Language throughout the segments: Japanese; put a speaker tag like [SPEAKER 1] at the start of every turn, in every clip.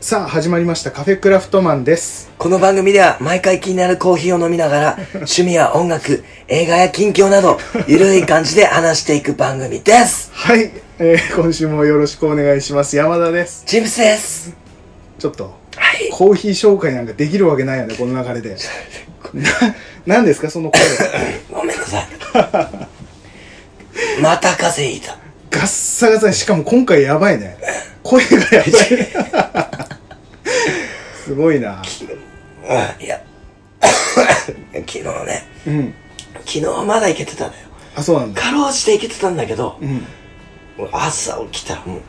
[SPEAKER 1] さあ始まりましたカフェクラフトマンです
[SPEAKER 2] この番組では毎回気になるコーヒーを飲みな がら趣味や音楽、映画や近況などゆるい感じで話していく番組です。
[SPEAKER 1] はい、えー今週もよろしくお願いします山田です
[SPEAKER 2] ジムスです。
[SPEAKER 1] ちょっと
[SPEAKER 2] はい。
[SPEAKER 1] コーヒー紹介なんかできるわけないよねこの流れでな何ですかその声
[SPEAKER 2] ごめんな さい。また風邪ひ いた。
[SPEAKER 1] ガッサガサしかも今回やばいね声がやばいすごいな
[SPEAKER 2] うん、いや。 昨日ね、
[SPEAKER 1] うん
[SPEAKER 2] 昨日まだいけてたのよ。
[SPEAKER 1] あそうなんだ
[SPEAKER 2] かろうじていけてたんだけど
[SPEAKER 1] う、ん
[SPEAKER 2] もう朝起きたらもう、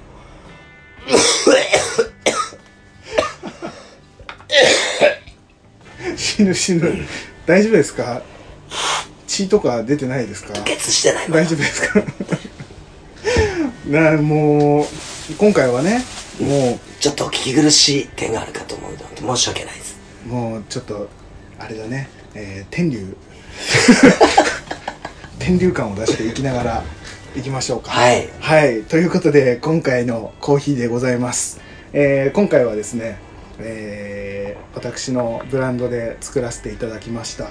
[SPEAKER 1] 死ぬ死ぬ大丈夫ですか血とか出てないですか
[SPEAKER 2] ケツしてないもん。
[SPEAKER 1] 大丈夫ですか なもう今回はねも
[SPEAKER 2] ちょっとお聞き苦しい点があるかと思うので、申し訳ないです。
[SPEAKER 1] うもうちょっとあれだね、えー天竜 天竜感を出していきながらいきましょうか
[SPEAKER 2] はい
[SPEAKER 1] はいということで今回のコーヒーでございます、えー今回はですね、えー私のブランドで作らせていただきました、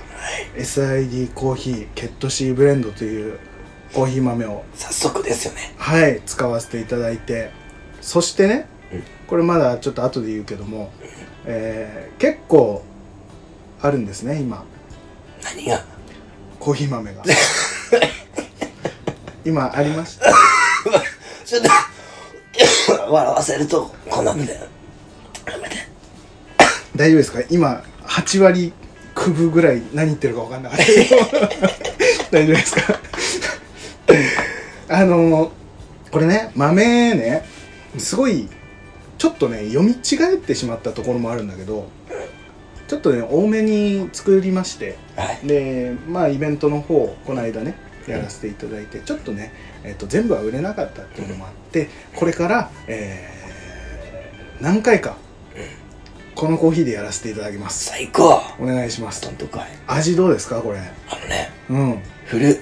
[SPEAKER 1] SID コーヒーケットシーブレンドというコーヒー豆を
[SPEAKER 2] 早速ですよね。
[SPEAKER 1] はい使わせていただいてそしてね、
[SPEAKER 2] うん
[SPEAKER 1] これまだちょっと後で言うけども、えー結構あるんですね今
[SPEAKER 2] 何が
[SPEAKER 1] コーヒー豆 が今ありました
[SPEAKER 2] ちょっと、笑わせると、こうなって。やめて。
[SPEAKER 1] 大丈夫ですか今8割くぶぐらい何言ってるか分かんなかったけど大丈夫ですかあのーこれね豆ねすごいちょっとね読み違えてしまったところもあるんだけどちょっとね多めに作りまして
[SPEAKER 2] はい。
[SPEAKER 1] でまあイベントの方この間ねやらせていただいてちょっとね、えっと全部は売れなかったっていうのもあってこれから、えー何回かこのコーヒーでやらせていただきます
[SPEAKER 2] 最高
[SPEAKER 1] お願いします
[SPEAKER 2] どんとこい。
[SPEAKER 1] 味どうですかこれ
[SPEAKER 2] あのね、
[SPEAKER 1] うん
[SPEAKER 2] フル、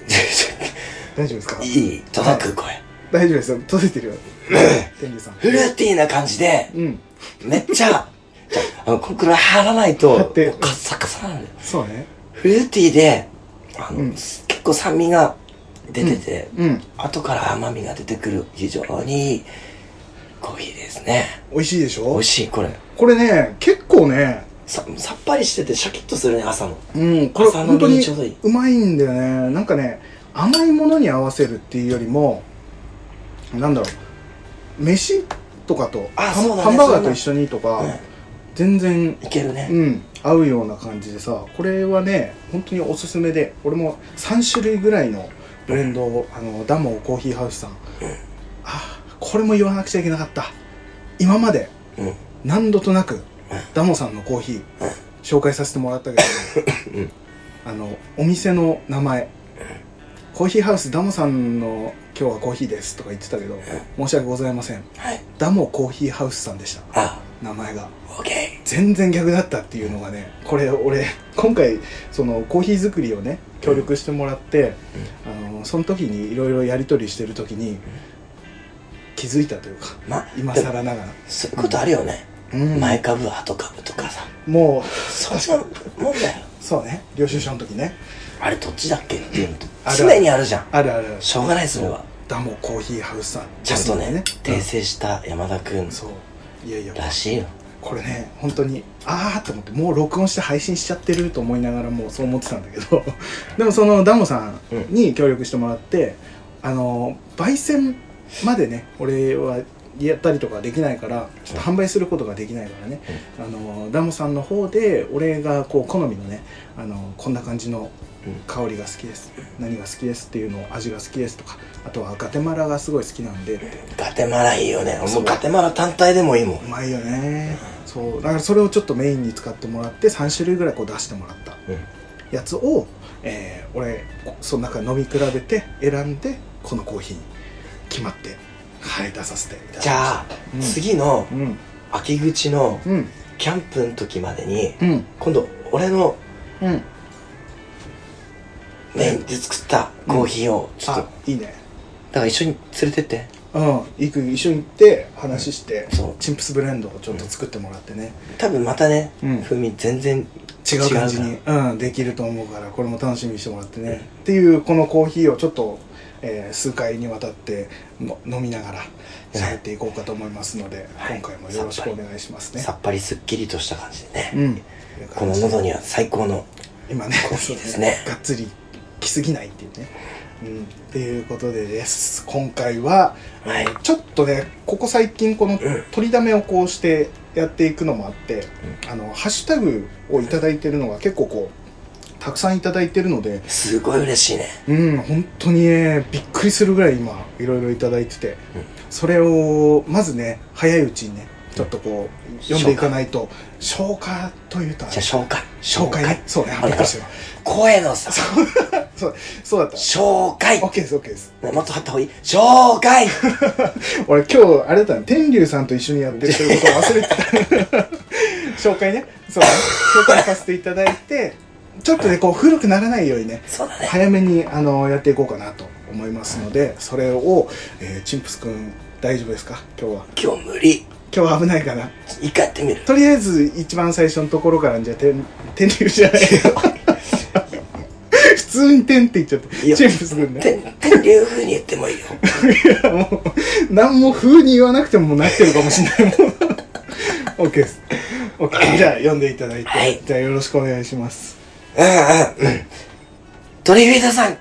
[SPEAKER 1] 大丈夫ですか
[SPEAKER 2] いい、届く声。
[SPEAKER 1] 大丈夫ですよ届いてるよ天竜さん
[SPEAKER 2] フルーティーな感じで、
[SPEAKER 1] うん
[SPEAKER 2] めっちゃ、じゃああの、こんくらい貼らないと、
[SPEAKER 1] 貼って
[SPEAKER 2] もうカッサカサなのよ。
[SPEAKER 1] そうね
[SPEAKER 2] フルーティーで、あの、
[SPEAKER 1] うん
[SPEAKER 2] 結構酸味が出てて、
[SPEAKER 1] うん
[SPEAKER 2] 後から甘みが出てくる、非常にいいコーヒーですね。
[SPEAKER 1] 美味しいでし
[SPEAKER 2] 美
[SPEAKER 1] ょ
[SPEAKER 2] 味しい、これ。
[SPEAKER 1] これね結構ね
[SPEAKER 2] ささっぱりしててシャキッとするね、朝の。
[SPEAKER 1] うんこれ
[SPEAKER 2] 朝飲み
[SPEAKER 1] 本当に
[SPEAKER 2] ちょうどいいう
[SPEAKER 1] まいんだよねなんかね甘いものに合わせるっていうよりもなんだろう飯とかと
[SPEAKER 2] あ
[SPEAKER 1] ハン
[SPEAKER 2] そうだね
[SPEAKER 1] ハンバーガーと一緒にとか、
[SPEAKER 2] うん
[SPEAKER 1] 全然
[SPEAKER 2] いけるね。
[SPEAKER 1] うん合うような感じでさこれはね本当におすすめで俺も3種類ぐらいのブレンドをあのダモーコーヒーハウスさん、あこれも言わなくちゃいけなかった今まで
[SPEAKER 2] うん。
[SPEAKER 1] 何度となくダモさんのコーヒー紹介させてもらったけど、
[SPEAKER 2] うん
[SPEAKER 1] あのお店の名前「コーヒーハウスダモさんの今日はコーヒーです」とか言ってたけど申し訳ございません
[SPEAKER 2] はい。
[SPEAKER 1] ダモコーヒーハウスさんでした
[SPEAKER 2] あ、
[SPEAKER 1] 名前が
[SPEAKER 2] オッケ
[SPEAKER 1] 全然逆だったっていうのがねこれ俺今回そのコーヒー作りをね協力してもらって、あのその時にいろいろやり取りしてる時に気づいたというか
[SPEAKER 2] ー。まあ、
[SPEAKER 1] 今
[SPEAKER 2] でも
[SPEAKER 1] 更ながら、
[SPEAKER 2] そういうことあるよね。
[SPEAKER 1] うん
[SPEAKER 2] 前株、後株とかさ。
[SPEAKER 1] もう
[SPEAKER 2] そっちのもんだよ。
[SPEAKER 1] そうね領収書の時ね
[SPEAKER 2] あれどっちだっけっていうのと
[SPEAKER 1] ある
[SPEAKER 2] 常にあるじゃん。
[SPEAKER 1] あるある
[SPEAKER 2] しょうがないそれは。
[SPEAKER 1] ダモコーヒーハウスさん
[SPEAKER 2] ちゃんとね、
[SPEAKER 1] うん
[SPEAKER 2] 訂正した山田くん
[SPEAKER 1] そういやいや
[SPEAKER 2] らしいよ。
[SPEAKER 1] これね本当にああと思ってもう録音して配信しちゃってると思いながらもうそう思ってたんだけど でもそのダモさんに協力してもらって、あの焙煎までね俺はやったりとかできないからちょっと販売することができないからね、あのダモさんの方で俺がこう好みのねあのこんな感じの
[SPEAKER 2] うん
[SPEAKER 1] 香りが好きです何が好きですっていうのを味が好きですとかあとはガテマラがすごい好きなんでって
[SPEAKER 2] ガテマラいいよね。
[SPEAKER 1] そ
[SPEAKER 2] も
[SPEAKER 1] う
[SPEAKER 2] うガテマラ単体でもいいも。
[SPEAKER 1] うんまいよねそうだからそれをちょっとメインに使ってもらって3種類ぐらいこう出してもらったやつを、えー俺その中飲み比べて選んでこのコーヒーに決まってはい出させていただきました
[SPEAKER 2] じゃあ、
[SPEAKER 1] うん
[SPEAKER 2] 次の
[SPEAKER 1] うん
[SPEAKER 2] 秋口の
[SPEAKER 1] うん
[SPEAKER 2] キャンプの時までに、
[SPEAKER 1] うん
[SPEAKER 2] 今度俺の
[SPEAKER 1] うん
[SPEAKER 2] メインで作ったコーヒーをちょっと、
[SPEAKER 1] あいいね
[SPEAKER 2] だから一緒に連れてって。
[SPEAKER 1] うん行く一緒に行って話して、
[SPEAKER 2] そう
[SPEAKER 1] チンプスブレンドをちょっと作ってもらってね、
[SPEAKER 2] 多分またね、
[SPEAKER 1] うん
[SPEAKER 2] 風味全然
[SPEAKER 1] 違う感じ
[SPEAKER 2] 違
[SPEAKER 1] に
[SPEAKER 2] うか
[SPEAKER 1] う、ん、できると思うからこれも楽しみにしてもらってね、っていうこのコーヒーをちょっと、えー数回にわたっての飲みながら喋っていこうかと思いますので、
[SPEAKER 2] はい
[SPEAKER 1] 今回もよろしくお願いします
[SPEAKER 2] ら
[SPEAKER 1] ね
[SPEAKER 2] さ。っぱりすっきりとした感じでね、
[SPEAKER 1] うん、
[SPEAKER 2] この喉には最高の
[SPEAKER 1] 今ね
[SPEAKER 2] コーヒーですね
[SPEAKER 1] がっつり来すぎないっていうね。うん、っていうことでです今回は、
[SPEAKER 2] はい
[SPEAKER 1] えーちょっとねここ最近この取りだめをこうしてやっていくのもあって、あのハッシュタグを頂いただいてるのが結構こうたくさん頂いただいてるのです
[SPEAKER 2] ごい嬉しいね
[SPEAKER 1] うん本当にねびっくりするぐらい今いろいろいただいてて、
[SPEAKER 2] うん
[SPEAKER 1] それをまずね早いうちにねちょっとこう、読んでいかないと消化というか
[SPEAKER 2] じゃあ紹介
[SPEAKER 1] 紹介ねそうね
[SPEAKER 2] あ
[SPEAKER 1] びっくりした
[SPEAKER 2] 声のさ
[SPEAKER 1] そうそうだった
[SPEAKER 2] 紹介
[SPEAKER 1] OK です OK です
[SPEAKER 2] もっと張った方がいい紹介
[SPEAKER 1] 俺今日あれだったの天竜さんと一緒にやってるということを忘れてた 紹介ねそうね紹介させていただいてちょっとねこう古くならないようにね
[SPEAKER 2] そうだね
[SPEAKER 1] 早めにあのやっていこうかなと思いますのでそれを、えー、チンプスくん大丈夫ですか今日は
[SPEAKER 2] 今日無理
[SPEAKER 1] 今日は危ないかな
[SPEAKER 2] 一回やってみる
[SPEAKER 1] とりあえず一番最初のところからじゃあ天天竜じゃ ない普通に天って言っちゃっ
[SPEAKER 2] い
[SPEAKER 1] て
[SPEAKER 2] や
[SPEAKER 1] チンプスくんね
[SPEAKER 2] 天天竜風に言ってもいいよ
[SPEAKER 1] いやもう何も風に言わなくてももうなってるかもしれないもん OK です OK じゃあ読んでいただいて、
[SPEAKER 2] はい
[SPEAKER 1] じゃあよろしくお願いします
[SPEAKER 2] うんうんうんトリフィードさん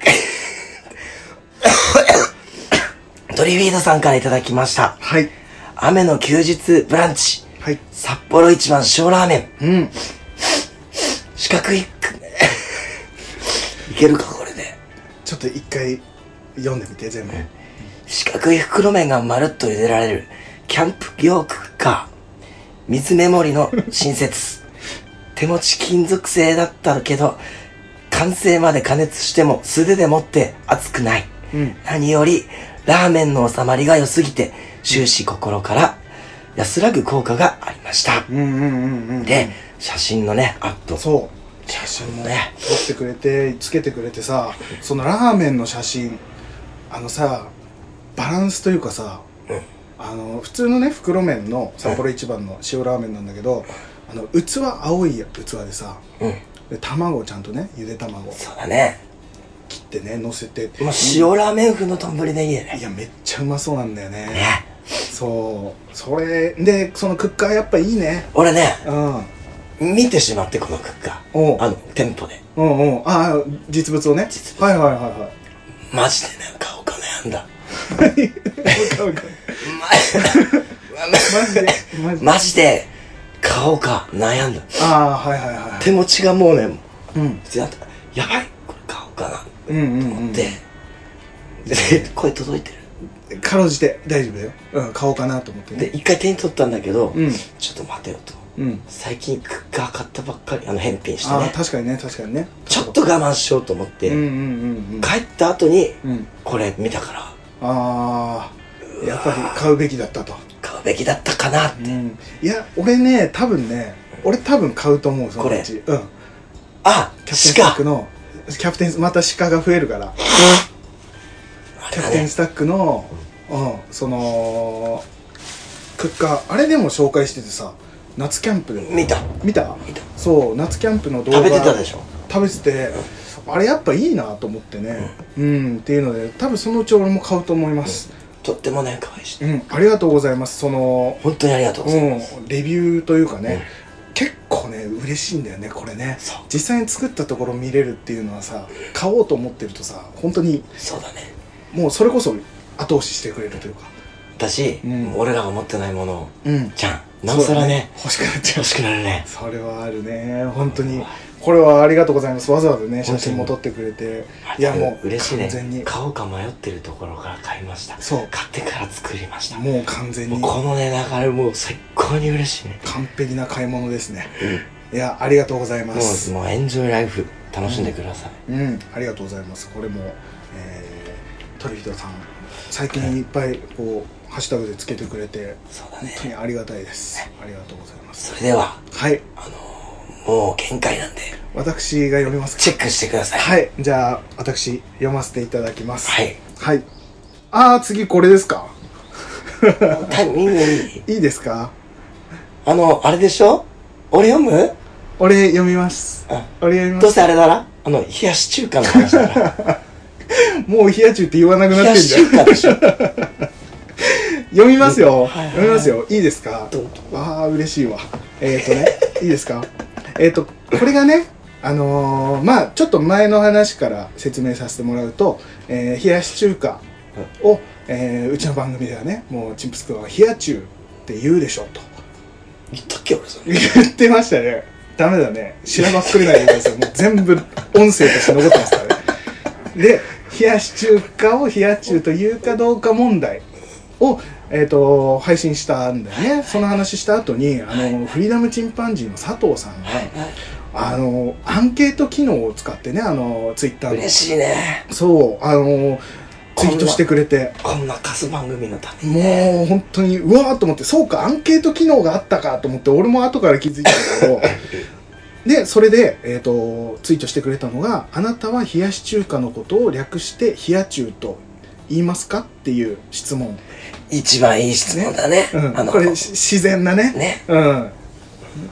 [SPEAKER 2] トリフィードさんからいただきました
[SPEAKER 1] はい
[SPEAKER 2] 雨の休日ブランチ
[SPEAKER 1] はい
[SPEAKER 2] 札幌一番塩ラーメン
[SPEAKER 1] うん
[SPEAKER 2] 四角いくいけるかこれで
[SPEAKER 1] ちょっと一回読んでみて全部
[SPEAKER 2] 四角い袋麺がまるっと茹でられるキャンプ用クッカー水メモリの新設手持ち金属製だったけど完成まで加熱しても素手で持って熱くない
[SPEAKER 1] うん
[SPEAKER 2] 何よりラーメンの収まりが良すぎて終始心から安らぐ効果がありました
[SPEAKER 1] うんうんうんうん
[SPEAKER 2] で写真のねアップ
[SPEAKER 1] そう写真も
[SPEAKER 2] ね
[SPEAKER 1] 撮ってくれてつけてくれてさそのラーメンの写真あのさバランスというかさ、
[SPEAKER 2] うん
[SPEAKER 1] あの普通のね袋麺の札幌一番の塩ラーメンなんだけど、あの器青い器でさ
[SPEAKER 2] うん
[SPEAKER 1] で卵ちゃんとねゆで卵
[SPEAKER 2] そうだね
[SPEAKER 1] 切ってね乗せて
[SPEAKER 2] もう塩ラーメン風の丼でいいよ
[SPEAKER 1] い
[SPEAKER 2] ね
[SPEAKER 1] やめっちゃうまそうなんだよね
[SPEAKER 2] ね
[SPEAKER 1] そうそれでそのクッカーやっぱいいね
[SPEAKER 2] 俺ね
[SPEAKER 1] うんうん
[SPEAKER 2] 見てしまってこのクッカ
[SPEAKER 1] おう
[SPEAKER 2] ーあの店舗で
[SPEAKER 1] うんああ実物をね
[SPEAKER 2] 実
[SPEAKER 1] はいはいはい はい
[SPEAKER 2] マジでなんかお金あんだ
[SPEAKER 1] マジでマジで
[SPEAKER 2] マジで買おうか悩んだ
[SPEAKER 1] ああはいはいは
[SPEAKER 2] 手持ちがもうね
[SPEAKER 1] い、うん、
[SPEAKER 2] やばいこれ買おうかな
[SPEAKER 1] うんうんうん
[SPEAKER 2] で、で声届いて
[SPEAKER 1] かろうじて大丈夫だよ、うん、買おうかなと思って
[SPEAKER 2] る
[SPEAKER 1] ね
[SPEAKER 2] で一回手に取ったんだけど、
[SPEAKER 1] うん
[SPEAKER 2] ちょっと待てよと
[SPEAKER 1] うん
[SPEAKER 2] 最近クッカー買ったばっかりあの返品して
[SPEAKER 1] ああ
[SPEAKER 2] ね
[SPEAKER 1] 確かにね確かにね
[SPEAKER 2] ちょっと我慢しようと思っ
[SPEAKER 1] うんうん
[SPEAKER 2] て、
[SPEAKER 1] うん
[SPEAKER 2] 帰った後に
[SPEAKER 1] うんうん
[SPEAKER 2] これ見たから
[SPEAKER 1] ああやっぱり買うべきだったと
[SPEAKER 2] 買うべきだったかな
[SPEAKER 1] うんいや俺ね多分ね俺多分買うと思うそのうちうん
[SPEAKER 2] あ
[SPEAKER 1] キャプテンス
[SPEAKER 2] し
[SPEAKER 1] タ
[SPEAKER 2] か
[SPEAKER 1] ックのキャプテンまた鹿が増えるから
[SPEAKER 2] あれ
[SPEAKER 1] キャ
[SPEAKER 2] だ
[SPEAKER 1] プテン
[SPEAKER 2] ね
[SPEAKER 1] スタックの、うん、そのクッカーあれでも紹介しててさ夏キャンプでも
[SPEAKER 2] 見た
[SPEAKER 1] 見た
[SPEAKER 2] 見た
[SPEAKER 1] そう夏キャンプの動画
[SPEAKER 2] 食べてたでしょ
[SPEAKER 1] 食べててあれやっぱいいなと思ってねうん、っていうので多分そのうち俺も買うと思います
[SPEAKER 2] とってもね可愛いし
[SPEAKER 1] うん、ありがとうございますその
[SPEAKER 2] 本当にありがとうございます、
[SPEAKER 1] うんレビューというかね、結構ね嬉しいんだよねこれね
[SPEAKER 2] そう
[SPEAKER 1] 実際に作ったところ見れるっていうのはさ買おうと思ってるとさ本当に
[SPEAKER 2] そうだね
[SPEAKER 1] もうそれこそ後押ししてくれるというか
[SPEAKER 2] 私、
[SPEAKER 1] うん
[SPEAKER 2] 俺らが持ってないものを
[SPEAKER 1] うん
[SPEAKER 2] じゃんなおさらね
[SPEAKER 1] 欲しくなっちゃう
[SPEAKER 2] 欲しくなるね
[SPEAKER 1] それはあるね本当にこれはありがとうございますわざわざね写真も撮ってくれていやもう
[SPEAKER 2] 嬉しい
[SPEAKER 1] 完全
[SPEAKER 2] ね
[SPEAKER 1] に
[SPEAKER 2] 買おうか迷ってるところから買いました
[SPEAKER 1] そう
[SPEAKER 2] 買ってから作りましたも
[SPEAKER 1] もう完全
[SPEAKER 2] う
[SPEAKER 1] に
[SPEAKER 2] このね流れもう最高に嬉しいね
[SPEAKER 1] 完璧な買い物ですね、いやありがとうござい
[SPEAKER 2] も
[SPEAKER 1] ます
[SPEAKER 2] うもうエンジョイライフ楽しんでください、
[SPEAKER 1] うんありがとうございますこれも、えー、トリフィドさん最近いっぱいこうハッシュタグでつけてくれて
[SPEAKER 2] そうだ
[SPEAKER 1] 本
[SPEAKER 2] ね
[SPEAKER 1] 当にありがたいですありがとうございます
[SPEAKER 2] それでは
[SPEAKER 1] はい
[SPEAKER 2] もう限界なんで
[SPEAKER 1] 私が読みますか
[SPEAKER 2] チェックしてください
[SPEAKER 1] はいじゃあ私読ませていただきます
[SPEAKER 2] はい
[SPEAKER 1] はいああ次これですか
[SPEAKER 2] もうタイミングいい。
[SPEAKER 1] いいですか
[SPEAKER 2] あの、あれでしょ俺読む
[SPEAKER 1] 俺読みます
[SPEAKER 2] あ
[SPEAKER 1] 俺読みま
[SPEAKER 2] どう
[SPEAKER 1] す
[SPEAKER 2] せあれだなあの、冷やし中華の話 だから。
[SPEAKER 1] もう冷や中って言わなくなっ
[SPEAKER 2] 冷
[SPEAKER 1] て
[SPEAKER 2] や
[SPEAKER 1] ん
[SPEAKER 2] し
[SPEAKER 1] じゃん
[SPEAKER 2] 中華で しょ
[SPEAKER 1] 読みますよ、
[SPEAKER 2] はいはい
[SPEAKER 1] 読みますよいいですか
[SPEAKER 2] どうぞ
[SPEAKER 1] わあ嬉しいわえっ、ー、とね いいですかえっ、とこれがねあのーまあちょっと前の話から説明させてもらうと、えー冷やし中華を、えーうちの番組ではねもうチンプスクは冷や中って言うでしょと
[SPEAKER 2] 言ったっけ俺それ。
[SPEAKER 1] 言ってましたねダメだね知らばっくれないでくださいもう全部音声として残ってますからねで冷やし中華を冷や中というかどうか問題を、えー、と配信したんだよねその話した後にあのフリーダムチンパンジーの佐藤さんがあのアンケート機能を使ってねあのツイッターの
[SPEAKER 2] 嬉しいね。
[SPEAKER 1] そうあのツイートしてくれて
[SPEAKER 2] こんなカス番組のために。
[SPEAKER 1] もう本当にうわーと思ってそうかアンケート機能があったかと思って俺も後から気づいたんだけどでそれで、えー、とツイートしてくれたのが「あなたは冷やし中華のことを略して冷や中と言いますか?」っていう質問、
[SPEAKER 2] 一番いい質問だね。
[SPEAKER 1] うん、
[SPEAKER 2] あの、
[SPEAKER 1] これし自然なね
[SPEAKER 2] ね。
[SPEAKER 1] うん、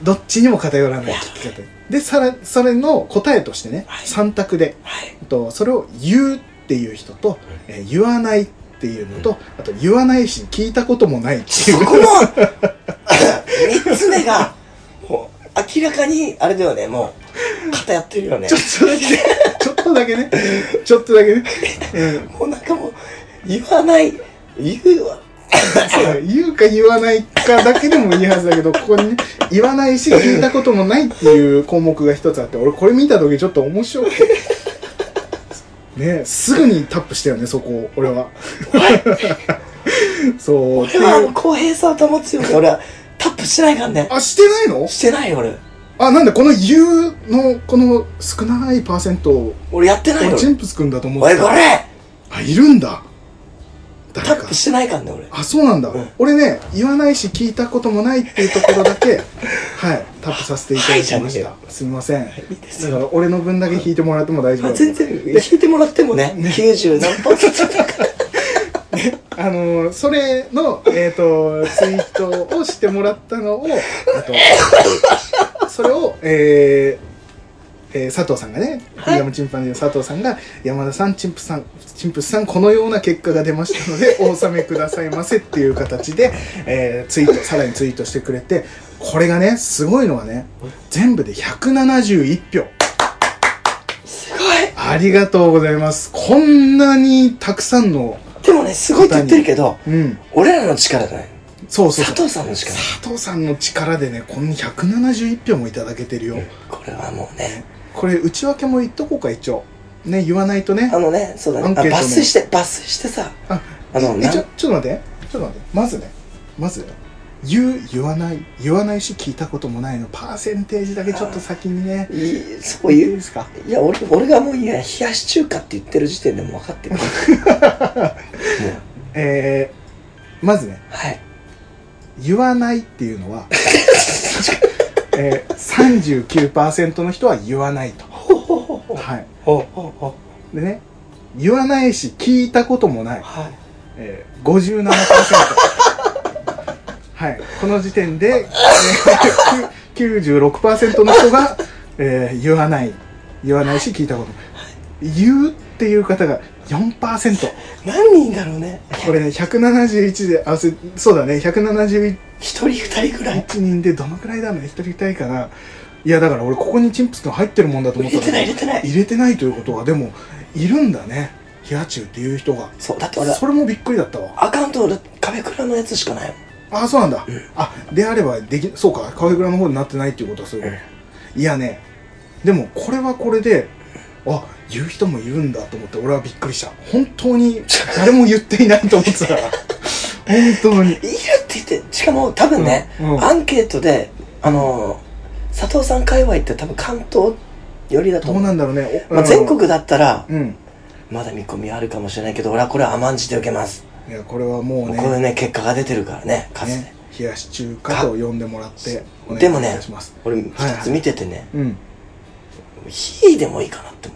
[SPEAKER 1] どっちにも偏らない聞き方でさらそれの答えとしてね、
[SPEAKER 2] はい
[SPEAKER 1] 3択で
[SPEAKER 2] はい。
[SPEAKER 1] えっとそれを言うっていう人と、えー言わないっていうのと、あと言わないし聞いたこともないって
[SPEAKER 2] そ
[SPEAKER 1] いう
[SPEAKER 2] こも、三つ目が、もう、明らかに、あれだよね、もう、肩やってるよね
[SPEAKER 1] ちょ。っとだけねちょっとだけねちょっとだけね、うん
[SPEAKER 2] もうなんかもう、言わない、言うわ。
[SPEAKER 1] そうだね、言うか言わないかだけでもいいはずだけどここにね言わないし聞いたこともないっていう項目が一つあって俺これ見た時ちょっと面白くて。ね、すぐにタップしたよねそこを俺はそうって
[SPEAKER 2] 俺はあ
[SPEAKER 1] い
[SPEAKER 2] の
[SPEAKER 1] う
[SPEAKER 2] 公平さを保つように俺はタップしてないからね
[SPEAKER 1] あしてないの
[SPEAKER 2] してないよ俺
[SPEAKER 1] あ、なんだ、この U の、この少ないパーセントを、
[SPEAKER 2] 俺やってない
[SPEAKER 1] こ
[SPEAKER 2] よ
[SPEAKER 1] のチンプスくんだと思っ
[SPEAKER 2] お
[SPEAKER 1] て
[SPEAKER 2] いこ
[SPEAKER 1] た。
[SPEAKER 2] れ
[SPEAKER 1] あ、いるんだ。
[SPEAKER 2] タ
[SPEAKER 1] 誰
[SPEAKER 2] ッ
[SPEAKER 1] か
[SPEAKER 2] プ。してないからね俺
[SPEAKER 1] あ、そうなんだ
[SPEAKER 2] うん。
[SPEAKER 1] 俺ね、言わないし聞いたこともないっていうところだ け、はい、タップさせていただきまし
[SPEAKER 2] は
[SPEAKER 1] た。すみません。
[SPEAKER 2] いいです
[SPEAKER 1] だ
[SPEAKER 2] よ
[SPEAKER 1] から、俺の分だけ引いてもらっても大丈
[SPEAKER 2] まあ
[SPEAKER 1] 夫。
[SPEAKER 2] 全然聞いてもらってもね90何パーセントだから
[SPEAKER 1] あのー、それの、えっ、と、ツイートをしてもらったのを、あと、それを、えーえー佐藤さんがね、フリーダムチンパンジーの佐藤さんが、山田さん、チンプスさん、チンプスさん、このような結果が出ましたので、お納めくださいませっていう形で、えーツイート、さらにツイートしてくれて、これがね、すごいのはね、全部で171票。
[SPEAKER 2] すご
[SPEAKER 1] ありがとうございます。こんなにたくさんの、
[SPEAKER 2] いでもねすごいって言ってるけど
[SPEAKER 1] うん、
[SPEAKER 2] 俺らの力じゃない
[SPEAKER 1] そうそうそう
[SPEAKER 2] 佐。藤さんの力
[SPEAKER 1] 佐藤さんの力でねこの171票もいただけてるよ、
[SPEAKER 2] これはもうね
[SPEAKER 1] これ内訳も言っとこうか一応ね言わないとね
[SPEAKER 2] あのねそうだ
[SPEAKER 1] アン
[SPEAKER 2] ね
[SPEAKER 1] ケー
[SPEAKER 2] あ
[SPEAKER 1] トの
[SPEAKER 2] 抜粋して抜粋してさ
[SPEAKER 1] あ
[SPEAKER 2] あの
[SPEAKER 1] 一
[SPEAKER 2] な
[SPEAKER 1] 応ちょっと待ってちょっと待ってまずねまず言う言わない言わないし聞いたこともないのパーセンテージだけちょっと先にね
[SPEAKER 2] いいそうい
[SPEAKER 1] いいうですか
[SPEAKER 2] いや俺俺がもういや冷やし中華って言ってる時点でもう分 かってるもう
[SPEAKER 1] えー、まずね
[SPEAKER 2] はい
[SPEAKER 1] 言わないっていうのは、えー、39%の人は言わないと
[SPEAKER 2] ほうほうほうほう
[SPEAKER 1] はい
[SPEAKER 2] ほうほうほう
[SPEAKER 1] でね言わないし聞いたこともない
[SPEAKER 2] はい
[SPEAKER 1] えー、57%はいこの時点で、えー、 きゅ96%の人が、えー言わない言わないし聞いたことない言うっていう方が4%
[SPEAKER 2] 何人いんだろうね
[SPEAKER 1] これね171であそそうだね171
[SPEAKER 2] 一人二人ぐらい
[SPEAKER 1] 人でどのくらいだろうね一人二人かないやだから俺ここにチンプスが入ってるもんだと思っ
[SPEAKER 2] 入
[SPEAKER 1] た
[SPEAKER 2] れ
[SPEAKER 1] ら
[SPEAKER 2] てない入れてない
[SPEAKER 1] 入れてないということはでもいるんだね冷や中っていう人が
[SPEAKER 2] そうだって俺
[SPEAKER 1] それもびっくりだったわ
[SPEAKER 2] アカウント俺壁倉のやつしかないもん
[SPEAKER 1] ああそうなんだ、あであればできそうかカフェグラの方になってないっていうことはそういうこと、いやねでもこれはこれであ言う人もいるんだと思って俺はびっくりした本当 に誰も言っていないと思ってたから本当に
[SPEAKER 2] いるって言ってしかも多分ね、
[SPEAKER 1] うんうん
[SPEAKER 2] アンケートであのー佐藤さん界隈って多分関東寄りだと
[SPEAKER 1] ど
[SPEAKER 2] 思
[SPEAKER 1] う
[SPEAKER 2] う
[SPEAKER 1] なんだろうねお
[SPEAKER 2] まあ、全国だったら
[SPEAKER 1] うん
[SPEAKER 2] まだ見込みあるかもしれないけど俺はこれは甘んじて受けます、
[SPEAKER 1] いやこれはもう
[SPEAKER 2] もう
[SPEAKER 1] ね
[SPEAKER 2] これね結果が出てるからねかつて、
[SPEAKER 1] ね冷やし中華と呼んでもらってお願い
[SPEAKER 2] でも
[SPEAKER 1] い
[SPEAKER 2] ね
[SPEAKER 1] たします
[SPEAKER 2] 俺一
[SPEAKER 1] はい
[SPEAKER 2] つ見ててね
[SPEAKER 1] うん
[SPEAKER 2] 「ひ、でもいいかなって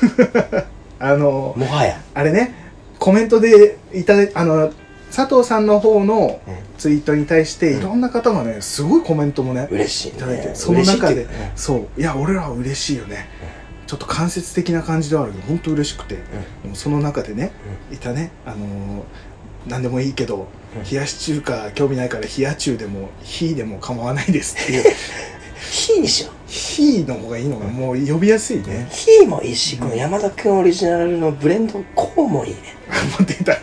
[SPEAKER 2] 思って
[SPEAKER 1] あの
[SPEAKER 2] もはや
[SPEAKER 1] あれねコメントでいただあの佐藤さんの方の
[SPEAKER 2] うん
[SPEAKER 1] ツイートに対して
[SPEAKER 2] うん
[SPEAKER 1] いろんな方がねすごいコメントもね
[SPEAKER 2] 嬉しい
[SPEAKER 1] いただいて
[SPEAKER 2] ね
[SPEAKER 1] その中で
[SPEAKER 2] 嬉しいっていうか
[SPEAKER 1] そういや俺らは嬉しいよねちょっと間接的な感じではあるけど本当嬉しくてもうその中でねいたねあのー何でもいいけど
[SPEAKER 2] うん
[SPEAKER 1] 冷やし中華興味ないから冷や中でも火でも構わないですっていう
[SPEAKER 2] 火にしよう
[SPEAKER 1] 火の方がいいのがもう呼びやすいね
[SPEAKER 2] 火もいいし
[SPEAKER 1] うん
[SPEAKER 2] この山田君オリジナルのブレンドこうもいいね
[SPEAKER 1] 待ってた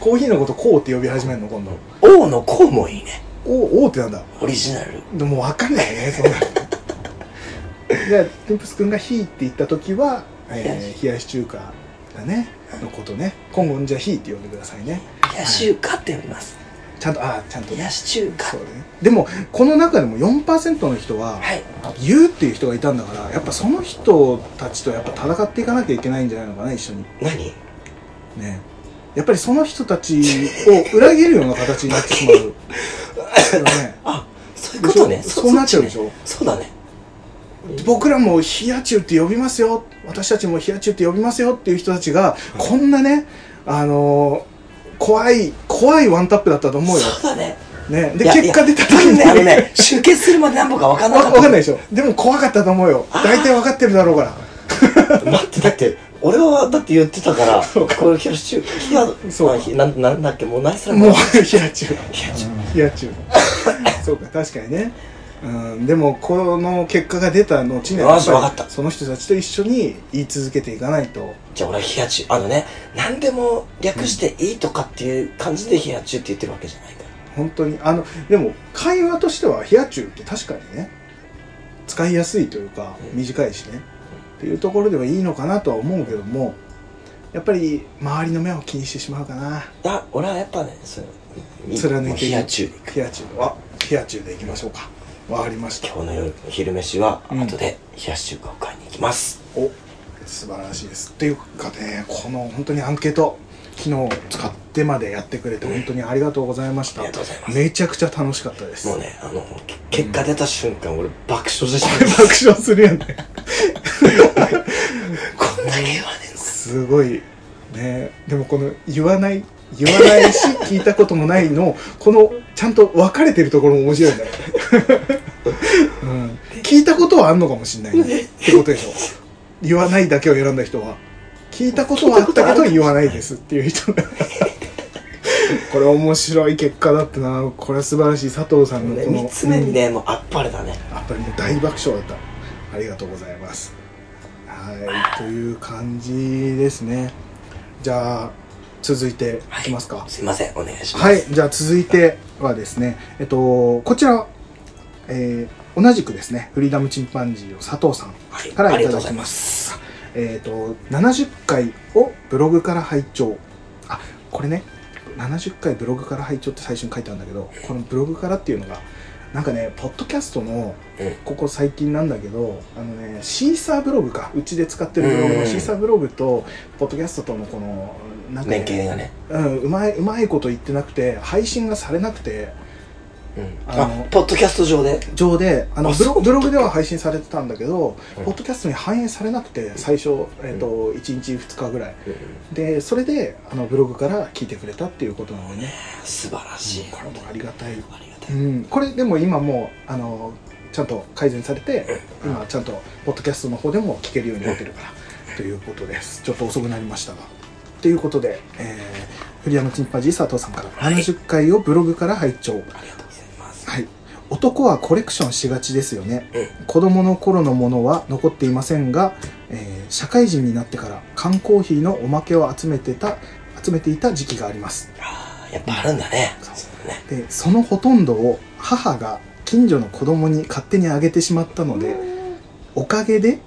[SPEAKER 1] コーヒーのことこうって呼び始めるの今度
[SPEAKER 2] 王のこうもいいね
[SPEAKER 1] おおうってなんだ
[SPEAKER 2] オリジナル
[SPEAKER 1] でも分かんないねそんなの じゃあテンプス君が「ひ」って言った時は、えー冷やし中華だねのことね今後じゃあ「ひ」って呼んでくださいね
[SPEAKER 2] 冷やし中華って呼びます
[SPEAKER 1] ちゃんとああちゃんと
[SPEAKER 2] 冷やし中華
[SPEAKER 1] そうだねでもこの中でも4%の人は
[SPEAKER 2] はい
[SPEAKER 1] 「言う」っていう人がいたんだからやっぱその人たちとやっぱ戦っていかなきゃいけないんじゃないのかな一緒に
[SPEAKER 2] 何
[SPEAKER 1] ねやっぱりその人たちを裏切るような形になって しまうだからね
[SPEAKER 2] あそういうことね
[SPEAKER 1] でしょそうなっちゃう
[SPEAKER 2] ね
[SPEAKER 1] でしょ
[SPEAKER 2] そうだね
[SPEAKER 1] 僕らも冷や中って呼びますよ私たちも冷や中って呼びますよっていう人たちがこんなねあのー怖い怖いワンタップだったと思うよ、
[SPEAKER 2] そうだね
[SPEAKER 1] ね、で
[SPEAKER 2] いや
[SPEAKER 1] 結果出た時
[SPEAKER 2] いや
[SPEAKER 1] に
[SPEAKER 2] 多分ねあのね集結するまで何歩か分かんな
[SPEAKER 1] わ
[SPEAKER 2] か
[SPEAKER 1] わ
[SPEAKER 2] った
[SPEAKER 1] かんないでしょでも怖かったと思うよ大体わかってるだろうから
[SPEAKER 2] 待ってだって俺はだって言ってたから
[SPEAKER 1] そうか
[SPEAKER 2] これ冷やし中華
[SPEAKER 1] そう
[SPEAKER 2] そうなんなんだっけもう何すら
[SPEAKER 1] もう
[SPEAKER 2] 冷
[SPEAKER 1] 冷や中
[SPEAKER 2] や中
[SPEAKER 1] 冷や 中そうか確かにねうん、でもこの結果が出た後には
[SPEAKER 2] よし
[SPEAKER 1] やぱり
[SPEAKER 2] わかった
[SPEAKER 1] その人たちと一緒に言い続けていかないと
[SPEAKER 2] じゃあ俺は冷や中あのね何でも略していいとかっていう感じで冷や中って言ってるわけじゃないから
[SPEAKER 1] 本当にあのでも会話としては「冷や中」って確かにね使いやすいというか
[SPEAKER 2] うん
[SPEAKER 1] 短いしねっていうところではいいのかなとは思うけどもやっぱり周りの目を気にしてしまうかな
[SPEAKER 2] だ俺はやっぱねその
[SPEAKER 1] 貫い
[SPEAKER 2] もう
[SPEAKER 1] て
[SPEAKER 2] 冷
[SPEAKER 1] い
[SPEAKER 2] や中で行く
[SPEAKER 1] 冷や中は冷や中でいきましょうかわかりました
[SPEAKER 2] 今日の夜昼飯は
[SPEAKER 1] うん
[SPEAKER 2] 後で冷やし中華を買いに行きます、
[SPEAKER 1] お素晴らしいですっていうかねこの本当にアンケート昨日使ってまでやってくれて本当にありがとうございました
[SPEAKER 2] ありがとうございます
[SPEAKER 1] めちゃくちゃ楽しかったです
[SPEAKER 2] もうねあのけ結果出た瞬間、俺爆笑してしまいま
[SPEAKER 1] 爆笑するよね
[SPEAKER 2] すこんだけ言わねえんす
[SPEAKER 1] すごいねでもこの言わない言わないし聞いたこともないのこのちゃんと分かれてるところも面白いね、うん、聞いたことはあんのかもしれないねってことでしょ言わないだけを選んだ人は聞いたことはあったけど言わないですっていう 人がこれ面白い結果だったなこれは素晴らしい佐藤さん
[SPEAKER 2] もう
[SPEAKER 1] の
[SPEAKER 2] ね
[SPEAKER 1] この
[SPEAKER 2] 3つ目に
[SPEAKER 1] うん
[SPEAKER 2] ね、もうあっぱれだね
[SPEAKER 1] やっぱりもう大爆笑だったありがとうございますはいという感じですねじゃあ続いていきますか
[SPEAKER 2] すいませんお願いします
[SPEAKER 1] はい、じゃあ続いてはですねえっとこちら、えー同じくですねフリーダムチンパンジーを佐藤さん
[SPEAKER 2] はい
[SPEAKER 1] から
[SPEAKER 2] あり
[SPEAKER 1] い
[SPEAKER 2] が
[SPEAKER 1] た
[SPEAKER 2] と
[SPEAKER 1] だ
[SPEAKER 2] うござ
[SPEAKER 1] き
[SPEAKER 2] い
[SPEAKER 1] ま
[SPEAKER 2] ますす
[SPEAKER 1] えっ、と70回をブログから拝聴あこれね70回ブログから拝聴って最初に書いてあるんだけどこのブログからっていうのがなんかねポッドキャストの
[SPEAKER 2] うん
[SPEAKER 1] ここ最近なんだけどあのねシーサーブログかうちで使ってるブログ
[SPEAKER 2] うん
[SPEAKER 1] のシーサーブログとポッドキャストとのこのなんか、ね、
[SPEAKER 2] 連携がね、
[SPEAKER 1] うん、うまいうまいこと言ってなくて配信がされなくて
[SPEAKER 2] うん、
[SPEAKER 1] あ
[SPEAKER 2] あ
[SPEAKER 1] の
[SPEAKER 2] ポッドキャスト上で
[SPEAKER 1] 上であの
[SPEAKER 2] あ
[SPEAKER 1] ブロ
[SPEAKER 2] そう
[SPEAKER 1] ブログでは配信されてたんだけど、
[SPEAKER 2] うん
[SPEAKER 1] ポッドキャストに反映されなくて最初、えっと1日2日ぐらいでそれであのブログから聞いてくれたっていうことなのでね、
[SPEAKER 2] 素晴らしい、
[SPEAKER 1] これもありがたい、
[SPEAKER 2] ありが
[SPEAKER 1] う
[SPEAKER 2] たい、
[SPEAKER 1] ん、これでも今もうあのちゃんと改善されて今ちゃんとポッドキャストの方でも聞けるようになってるからということですちょっと遅くなりましたがということで、えー、フリアのチンパンジー佐藤さんから
[SPEAKER 2] はい
[SPEAKER 1] 70回をブログから拝聴
[SPEAKER 2] ありがとうございます
[SPEAKER 1] はい、男はコレクションしがちですよね
[SPEAKER 2] うん
[SPEAKER 1] 子供の頃のものは残っていませんが、えー社会人になってから缶コーヒーのおまけを集めてた集めていた時期があります
[SPEAKER 2] あーやっぱあるんだね
[SPEAKER 1] そう
[SPEAKER 2] そうだね
[SPEAKER 1] でそのほとんどを母が近所の子供に勝手にあげてしまったのでおかげで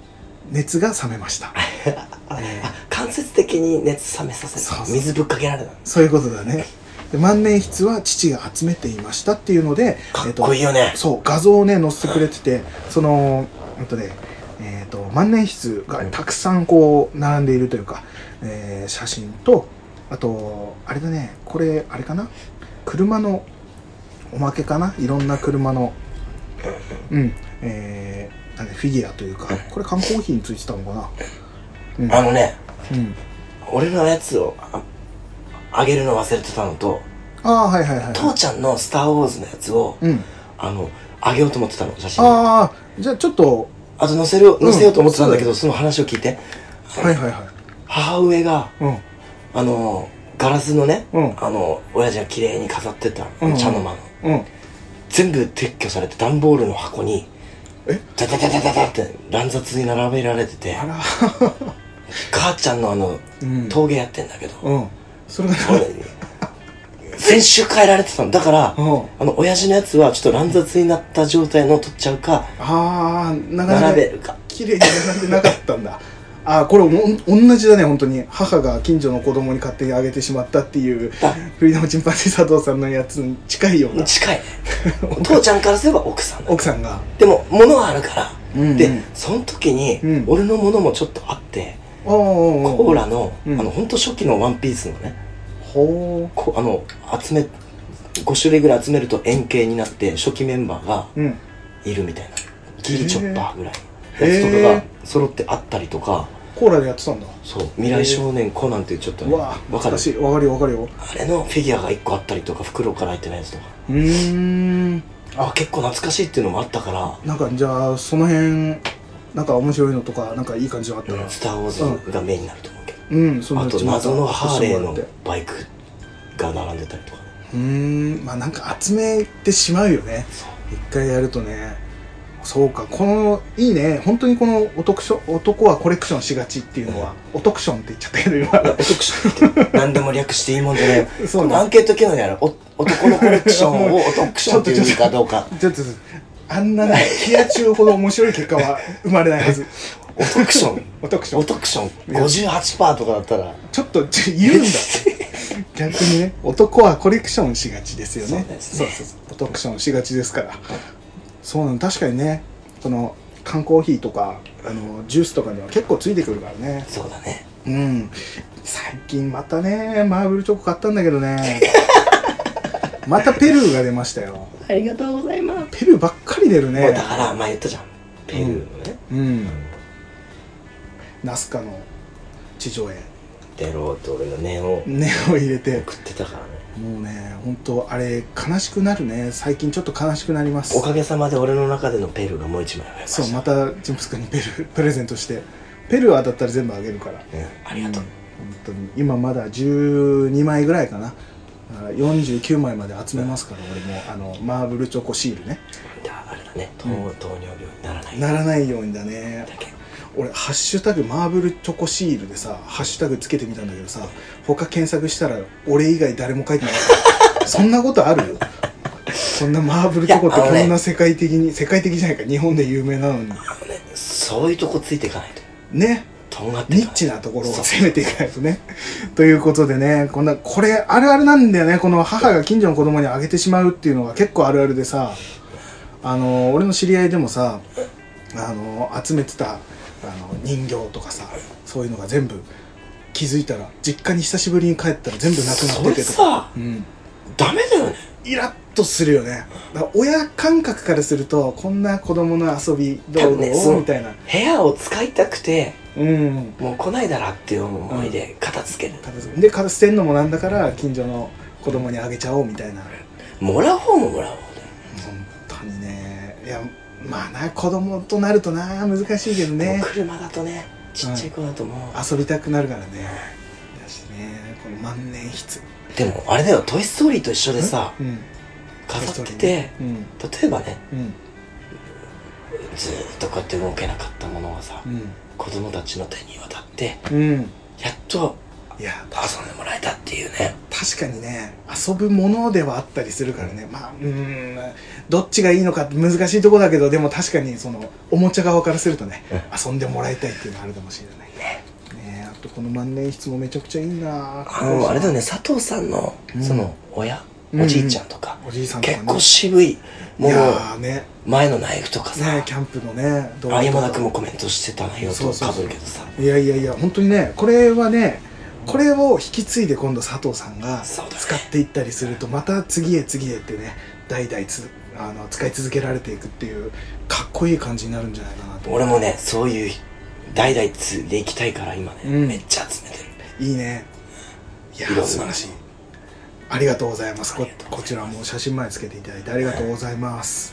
[SPEAKER 1] 熱が冷めました、えー
[SPEAKER 2] あ間接的に熱冷めさせ
[SPEAKER 1] そう
[SPEAKER 2] た
[SPEAKER 1] そう
[SPEAKER 2] 水ぶっかけられた
[SPEAKER 1] そういうことだねで万年筆は父が集めていましたっていうので
[SPEAKER 2] か
[SPEAKER 1] え
[SPEAKER 2] っ
[SPEAKER 1] と
[SPEAKER 2] こいいよね、
[SPEAKER 1] そう画像をね載せてくれててそのうんとねえー、と万年筆がたくさんこう並んでいるというか、えー写真とあとあれだねこれあれかな車のおまけかないろんな車のうんえーなんだフィギュアというかこれ缶コーヒーについてたのかな
[SPEAKER 2] あ
[SPEAKER 1] うん
[SPEAKER 2] のね
[SPEAKER 1] うん
[SPEAKER 2] 俺のやつをああげるの忘れてたのと
[SPEAKER 1] ああはいはいはい
[SPEAKER 2] 父ちゃんの「スター・ウォーズ」のやつを、
[SPEAKER 1] うん
[SPEAKER 2] あのあげようと思ってたの写真あ
[SPEAKER 1] ああじゃあちょっと
[SPEAKER 2] あと載せる載せようと思ってたんだけど、
[SPEAKER 1] うん
[SPEAKER 2] その話を聞いて
[SPEAKER 1] はいはいは
[SPEAKER 2] 母上が
[SPEAKER 1] いうん
[SPEAKER 2] あのガラスのね、
[SPEAKER 1] うん
[SPEAKER 2] あの親父が綺麗に飾ってた、
[SPEAKER 1] うん
[SPEAKER 2] 茶の間の
[SPEAKER 1] うん
[SPEAKER 2] 全部撤去されて段ボールの箱に
[SPEAKER 1] え
[SPEAKER 2] ダダダダダダって乱雑に並べられてて
[SPEAKER 1] あら
[SPEAKER 2] 母ちゃんのあの
[SPEAKER 1] うん
[SPEAKER 2] 陶芸やってんだけど、
[SPEAKER 1] うんそれが
[SPEAKER 2] 俺先週変えられてたのだから、
[SPEAKER 1] うん
[SPEAKER 2] あの親父のやつはちょっと乱雑になった状態のを取っちゃうか
[SPEAKER 1] ああなかなか
[SPEAKER 2] 並べるか
[SPEAKER 1] 綺麗に並んでなかったんだ ああこれも同じだね本当に母が近所の子供に勝手にあげてしまったっていう
[SPEAKER 2] だ
[SPEAKER 1] フリーダムチンパンジー佐藤さんのやつに近いような
[SPEAKER 2] 近い ね父ちゃんからすれば奥さんだ
[SPEAKER 1] 奥さんが
[SPEAKER 2] でも物はあるから、
[SPEAKER 1] うんうん
[SPEAKER 2] でその時に、
[SPEAKER 1] うん
[SPEAKER 2] 俺のものもちょっとあって、
[SPEAKER 1] おーおーおー
[SPEAKER 2] コーラの、
[SPEAKER 1] うん
[SPEAKER 2] あの本当初期のワンピースのね
[SPEAKER 1] ほ
[SPEAKER 2] こあの集め5種類ぐらい集めると円形になって初期メンバーが
[SPEAKER 1] ううん
[SPEAKER 2] いるみたいなギリチョッパーぐらい
[SPEAKER 1] へ
[SPEAKER 2] の
[SPEAKER 1] ー
[SPEAKER 2] やつとかが揃ってあったりとか
[SPEAKER 1] コーラでやってたんだ
[SPEAKER 2] そう未来少年コナンっていうちょっと
[SPEAKER 1] う
[SPEAKER 2] ね
[SPEAKER 1] わあ
[SPEAKER 2] わか
[SPEAKER 1] 懐
[SPEAKER 2] る
[SPEAKER 1] かしいわかるよわかるよ
[SPEAKER 2] あれのフィギュアが1個あったりとか袋から開いてないやつとか
[SPEAKER 1] うーん
[SPEAKER 2] あ結構懐かしいっていうのもあったから
[SPEAKER 1] なんかじゃあその辺なんか面白いのとかなんかいい感じがあっ
[SPEAKER 2] 「
[SPEAKER 1] たら
[SPEAKER 2] スター・ウォーズ」がメインになると思うけど、
[SPEAKER 1] うんそんな
[SPEAKER 2] あ
[SPEAKER 1] う
[SPEAKER 2] と
[SPEAKER 1] ちまた
[SPEAKER 2] 謎のハーレー
[SPEAKER 1] 教え
[SPEAKER 2] の
[SPEAKER 1] てもらって
[SPEAKER 2] バイクが並んでたりとかね
[SPEAKER 1] うーんまあなんか集めてしまうよね一回やるとねそうかこのいいね本当にこの男しょ男はコレクションしがちっていうのは、オトクションって言っちゃったけど今
[SPEAKER 2] いや、お得しって何でも略していいもんじゃねえよ。
[SPEAKER 1] そうね
[SPEAKER 2] 今度アンケート機能やろ。お男のコレクションをお得ションっていうかどうか。
[SPEAKER 1] ちょっとあんなね冷や中ほど面白い結果は生まれないは ず
[SPEAKER 2] お得ション。
[SPEAKER 1] オトクショ
[SPEAKER 2] お
[SPEAKER 1] ン
[SPEAKER 2] 得ション58%とかだったら。
[SPEAKER 1] ちょっとちょ言う んだ逆にね男はコレクションしがちですよね
[SPEAKER 2] そうですね
[SPEAKER 1] そうそうそうオトクションしがちですからそうなの確かにねその缶コーヒーとかあのジュースとかには結構ついてくるからね
[SPEAKER 2] そうだね。
[SPEAKER 1] うん最近またねマーブルチョコ買ったんだけど ねまたペルーが出ましたよ
[SPEAKER 2] ありがとうございます。
[SPEAKER 1] ペルーばっかり出る
[SPEAKER 2] もう
[SPEAKER 1] ね
[SPEAKER 2] だから、前言ったじゃん。ペルーのね。
[SPEAKER 1] うんナスカの地上絵
[SPEAKER 2] デローと俺の念を
[SPEAKER 1] 根を入れて
[SPEAKER 2] 送ってたからね。
[SPEAKER 1] もうね本当あれ悲しくなるね最近ちょっと悲しくなります
[SPEAKER 2] おかげさまで俺の中でのペルーがもう一枚増えました。
[SPEAKER 1] そうまたジンプス君にペループレゼントしてペルーは当たったら全部あげるから
[SPEAKER 2] うんありがとう。
[SPEAKER 1] 本当に今まだ12枚ぐらいかなだから49枚まで集めますから、俺もあのマーブルチョコシールね
[SPEAKER 2] だからあれだね。糖糖尿病にならない。
[SPEAKER 1] ならないようにだね
[SPEAKER 2] だけ。
[SPEAKER 1] 俺「ハッシュタグマーブルチョコシール」でさハッシュタグつけてみたんだけどさ他検索したら俺以外誰も書い てなかったそんなことあるよそんなマーブルチョコって
[SPEAKER 2] いやあのね
[SPEAKER 1] こんな世界的に世界的じゃないか日本で有名なのに
[SPEAKER 2] あのねそういうとこついていかないと。
[SPEAKER 1] ね
[SPEAKER 2] とんがってい
[SPEAKER 1] ニ
[SPEAKER 2] かな
[SPEAKER 1] ッ
[SPEAKER 2] い
[SPEAKER 1] チなところを攻めていかないとね。ということでね、こんな、これ、あるあるなんだよね。この母が近所の子供にあげてしまうっていうのが結構あるあるでさ、あの、俺の知り合いでもさ、あの、集めてた、あの、人形とかさ、そういうのが全部、気づいたら、実家に久しぶりに帰ったら全部なくなっててと
[SPEAKER 2] それ
[SPEAKER 1] か
[SPEAKER 2] さ。
[SPEAKER 1] うん。
[SPEAKER 2] ダメだよね
[SPEAKER 1] イラッとするよね。だから親感覚からすると、こんな子供の遊び道
[SPEAKER 2] 多分ね
[SPEAKER 1] 具
[SPEAKER 2] そ
[SPEAKER 1] を、
[SPEAKER 2] の
[SPEAKER 1] みたいな。
[SPEAKER 2] 部屋を使いたくて
[SPEAKER 1] うん。
[SPEAKER 2] もう来ないだらっていう思いで片付ける、
[SPEAKER 1] 片付けで片捨てんのもなんだから近所の子供にあげちゃおうみたいな
[SPEAKER 2] もらう方ももらう方で
[SPEAKER 1] 本当にねいやまあな子供となるとな難しいけどね
[SPEAKER 2] もう車だとねちっちゃい子だともう、
[SPEAKER 1] 遊びたくなるからねだしねこの万年筆
[SPEAKER 2] でもあれだよ「トイ・ストーリー」と一緒でさ
[SPEAKER 1] うん
[SPEAKER 2] 飾ってて、
[SPEAKER 1] うん
[SPEAKER 2] 例えばね
[SPEAKER 1] うん
[SPEAKER 2] ずーっとこうやって動けなかったものがさ、
[SPEAKER 1] うん
[SPEAKER 2] 子供たちの手に渡って
[SPEAKER 1] うん
[SPEAKER 2] やっと
[SPEAKER 1] いや
[SPEAKER 2] 遊んでもらえたっていうね
[SPEAKER 1] 確かにね遊ぶものではあったりするからねまあうんどっちがいいのかって難しいとこだけどでも確かにそのおもちゃ側からするとね遊んでもらいたいっていうのはあるかもしれないねえあとこの万年筆もめちゃくちゃいいな
[SPEAKER 2] あのあれだよね佐藤さんの
[SPEAKER 1] うん
[SPEAKER 2] その親、
[SPEAKER 1] うん
[SPEAKER 2] おじいちゃんとか、
[SPEAKER 1] おじいさんとかね
[SPEAKER 2] 結構渋い
[SPEAKER 1] い
[SPEAKER 2] もう
[SPEAKER 1] やーね
[SPEAKER 2] 前のナイフとかさ、
[SPEAKER 1] ねキャンプのね動
[SPEAKER 2] あ
[SPEAKER 1] と
[SPEAKER 2] 山
[SPEAKER 1] か
[SPEAKER 2] 田君もコメントしてた内容
[SPEAKER 1] そ
[SPEAKER 2] と
[SPEAKER 1] うそう
[SPEAKER 2] か
[SPEAKER 1] そう
[SPEAKER 2] ぶるけどさ
[SPEAKER 1] いやいやいや本当にねこれはねこれを引き継いで今度佐藤さんが使
[SPEAKER 2] そうだね
[SPEAKER 1] っていったりするとまた次へ次へってね代々つあの使い続けられていくっていうかっこいい感じになるんじゃないかなと
[SPEAKER 2] 俺もねそういう代々継いでいきたいから今ね、
[SPEAKER 1] うん
[SPEAKER 2] めっちゃ集めてる
[SPEAKER 1] いいねいや
[SPEAKER 2] いろん
[SPEAKER 1] ー
[SPEAKER 2] な
[SPEAKER 1] 素晴らしいありがとうございますこ
[SPEAKER 2] ありがとうございま
[SPEAKER 1] こち
[SPEAKER 2] す
[SPEAKER 1] らも写真前つけていただいてありがとうございます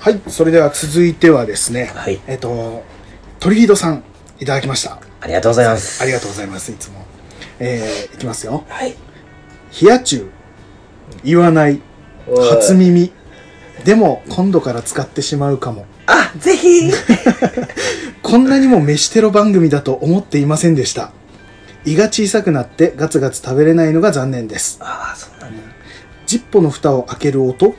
[SPEAKER 1] はいそれでは続いてはですね、
[SPEAKER 2] はい
[SPEAKER 1] えっとトリフィードさんいただきました
[SPEAKER 2] ありがとうございます
[SPEAKER 1] ありがとうございますいつもえー、いきますよ
[SPEAKER 2] はい
[SPEAKER 1] 冷や中言わない初耳でも今度から使ってしまうかも
[SPEAKER 2] あぜひ
[SPEAKER 1] こんなにも飯テロ番組だと思っていませんでした胃が小さくなってガツガツ食べれないのが残念です
[SPEAKER 2] ああそうなんだ
[SPEAKER 1] ジッポの蓋を開ける音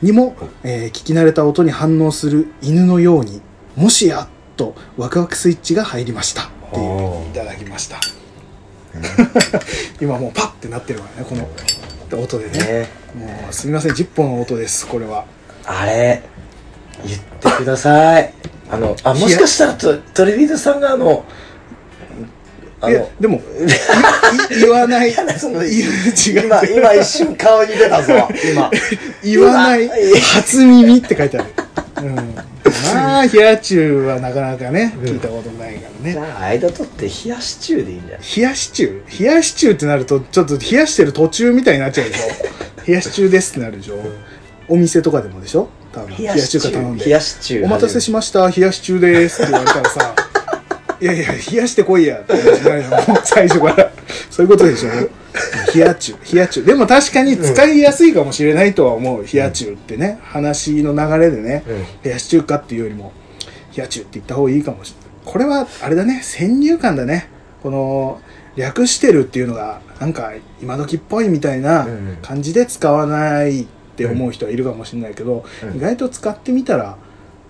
[SPEAKER 1] にも、えー聞き慣れた音に反応する犬のようにもしやっとワクワクスイッチが入りましたっていう
[SPEAKER 2] おー
[SPEAKER 1] いただきました 今もうパッてなってるからねこの音でね
[SPEAKER 2] ね
[SPEAKER 1] もうすみませんジッポの音ですこれは
[SPEAKER 2] あれ言ってくださいあのあもしかしたらトトリビードさんがあのあ
[SPEAKER 1] いや
[SPEAKER 2] の
[SPEAKER 1] でもい い言わない言う
[SPEAKER 2] その
[SPEAKER 1] 違う
[SPEAKER 2] 今今一瞬顔に出たぞ今
[SPEAKER 1] 言わない
[SPEAKER 2] 今いや
[SPEAKER 1] 初耳って書いてある、うん、まあ冷や中はなかなかね聞いたことないからね、
[SPEAKER 2] じゃあ間取って冷やし中でいいんじゃない
[SPEAKER 1] 冷やし中冷やし中ってなるとちょっと冷やしてる途中みたいになっちゃうでしょ冷やし中ですってなるでしょ、お店とかでもでしょ多分冷やし中華頼んで
[SPEAKER 2] 冷やし中
[SPEAKER 1] お待たせしました冷やし中ですって言われたらさ いやいや冷やしてこい やって話になるよもう最初からそういうことでしょ冷や中冷や中でも確かに使いやすいかもしれないとは思う冷や中ってね話の流れでね、
[SPEAKER 2] うん
[SPEAKER 1] 冷やし中華っていうよりも冷や中って言った方がいいかもしれないこれはあれだね先入観だねこの略してるっていうのがなんか今時っぽいみたいな
[SPEAKER 2] うん
[SPEAKER 1] 感じで使わないって思う人はいるかもしれないけど、
[SPEAKER 2] うん
[SPEAKER 1] 意外と使ってみたら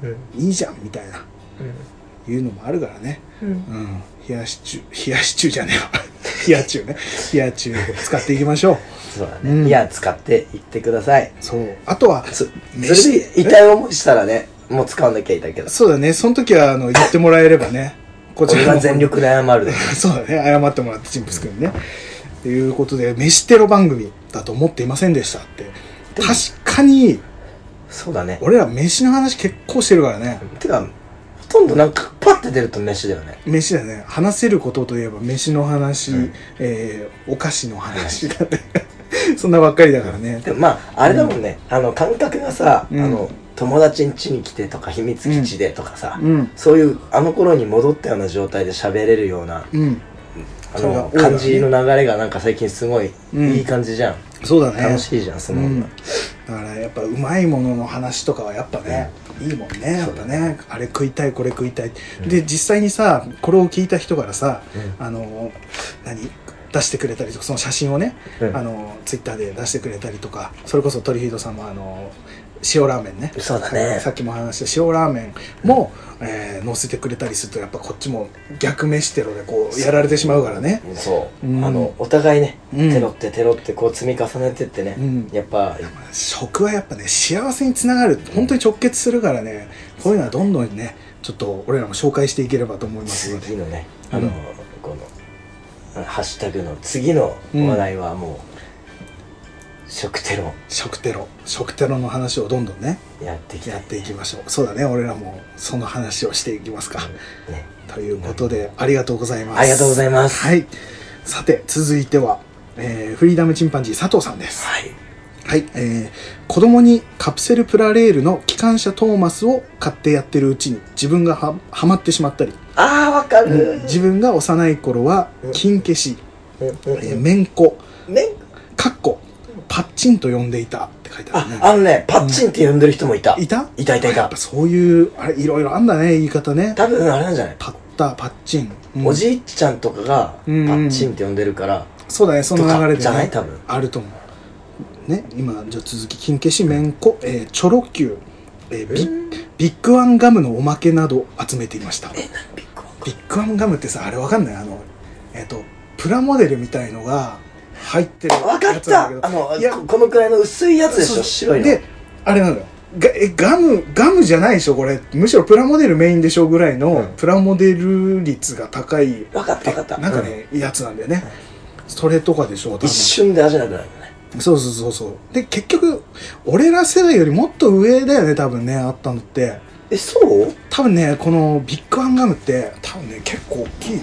[SPEAKER 2] うん
[SPEAKER 1] いいじゃんみたいないうのもあるからね
[SPEAKER 2] うん
[SPEAKER 1] うん冷やし中冷やし中じゃねえわ 冷や中ね冷や中使っていきましょう
[SPEAKER 2] そうだ
[SPEAKER 1] うん
[SPEAKER 2] ねいや使っていってください
[SPEAKER 1] そうあとは
[SPEAKER 2] そそ
[SPEAKER 1] 飯
[SPEAKER 2] れで痛い思いしたらねもう使わなきゃいいだけだ
[SPEAKER 1] そうだねその時はあの言ってもらえればねこ
[SPEAKER 2] 俺
[SPEAKER 1] の
[SPEAKER 2] が全力で謝るで
[SPEAKER 1] そうだね謝ってもらってチンプス君にねということで飯テロ番組だと思っていませんでしたって
[SPEAKER 2] でも
[SPEAKER 1] 確かに
[SPEAKER 2] そうだね
[SPEAKER 1] 俺ら飯の話結構してるからね
[SPEAKER 2] てかほとんどなんかパッて出ると飯だよね
[SPEAKER 1] 飯だね話せることといえば飯の話、
[SPEAKER 2] うん
[SPEAKER 1] えーお菓子の話だね そんなばっかりだからね、
[SPEAKER 2] でもまああれだもんね、あの感覚がさ、
[SPEAKER 1] うん
[SPEAKER 2] あの友達ん家に来てとか秘密基地でとかさ、
[SPEAKER 1] うん
[SPEAKER 2] そういうあの頃に戻ったような状態で喋れるような
[SPEAKER 1] うん
[SPEAKER 2] あ
[SPEAKER 1] そうだ
[SPEAKER 2] の感じの流れがなんか最近すごい
[SPEAKER 1] うん
[SPEAKER 2] いい感じじゃん、
[SPEAKER 1] そうだね
[SPEAKER 2] 楽しいじゃんその、
[SPEAKER 1] うん、だからやっぱうまいものの話とかはやっぱね、いいもんねやっぱねあれ食いたいこれ食いたい、で実際にさこれを聞いた人からさ、あの何出してくれたりとかその写真をね、
[SPEAKER 2] うん
[SPEAKER 1] あのツイッターで出してくれたりとかそれこそトリフィードさんもあの塩ラーメンね
[SPEAKER 2] そうだね
[SPEAKER 1] さっきも話した塩ラーメンも、えー載せてくれたりするとやっぱこっちも逆飯テロでこうやられてしまうからね
[SPEAKER 2] そう、
[SPEAKER 1] うん
[SPEAKER 2] あのお互いね、
[SPEAKER 1] うん
[SPEAKER 2] テロってテロってこう積み重ねてってね、
[SPEAKER 1] うん
[SPEAKER 2] やっぱ
[SPEAKER 1] 食はやっぱね幸せにつながる本当に直結するからねこういうのはどんどんねちょっと俺らも紹介していければと思いますので
[SPEAKER 2] 次のね
[SPEAKER 1] うん
[SPEAKER 2] あの、このハッシュタグの次の話題はもう、食テロ
[SPEAKER 1] 食テロ食テロの話をどんどんね
[SPEAKER 2] やっていきた
[SPEAKER 1] や
[SPEAKER 2] い
[SPEAKER 1] っていきましょうそうだね俺らもその話をしていきますか、
[SPEAKER 2] ね
[SPEAKER 1] ということでありがとうございます
[SPEAKER 2] ありがとうございます
[SPEAKER 1] はいさて続いては、えーフリーダムチンパンジー佐藤さんです
[SPEAKER 2] はい
[SPEAKER 1] はい、えー、子供にカプセルプラレールの機関車トーマスを買ってやってるうちに自分がははまってしまったり
[SPEAKER 2] ああわかる
[SPEAKER 1] 自分が幼い頃は金消し、えー、めんこ
[SPEAKER 2] ね
[SPEAKER 1] かっこパッチンと呼んでいたって書いてあるね
[SPEAKER 2] ああのねパッチンって呼んでる人もいた
[SPEAKER 1] いた
[SPEAKER 2] いたいた
[SPEAKER 1] や
[SPEAKER 2] い
[SPEAKER 1] ったぱそういうあれいろいろあんだね言い方ね
[SPEAKER 2] 多分あれなんじゃない
[SPEAKER 1] パッタパッチン、うん
[SPEAKER 2] おじいちゃんとかがパ
[SPEAKER 1] うん
[SPEAKER 2] ッチンって呼んでるから
[SPEAKER 1] そうだねその流れで、ね、
[SPEAKER 2] とかじゃない多分
[SPEAKER 1] あると思うね今じゃあ続き金消しめんこ、えーチョロ Q、えービビッグワンガムのおまけなど集めていました
[SPEAKER 2] え何ビッグワンか
[SPEAKER 1] ビッグワンガムってさあれわかんないあのえっ、とプラモデルみたいのが入ってる
[SPEAKER 2] わか
[SPEAKER 1] や
[SPEAKER 2] っ
[SPEAKER 1] つな
[SPEAKER 2] た
[SPEAKER 1] んだけど
[SPEAKER 2] あの
[SPEAKER 1] いや
[SPEAKER 2] ここのくらいの薄いやつでし
[SPEAKER 1] そ
[SPEAKER 2] ょ
[SPEAKER 1] う
[SPEAKER 2] 白いの
[SPEAKER 1] であれなのよがえガムガムじゃないでしょこれむしろプラモデルメインでしょぐらいの、
[SPEAKER 2] うん
[SPEAKER 1] プラモデル率が高い
[SPEAKER 2] わかったわかった
[SPEAKER 1] なんかね、やつなんだよね、それとかでしょ多分
[SPEAKER 2] 一瞬で味なくなるよね
[SPEAKER 1] そうそうそうそうで結局俺ら世代よりもっと上だよね多分ねあったのって
[SPEAKER 2] えそう
[SPEAKER 1] 多分ねこのビッグワンガムって多分ね結構大きいね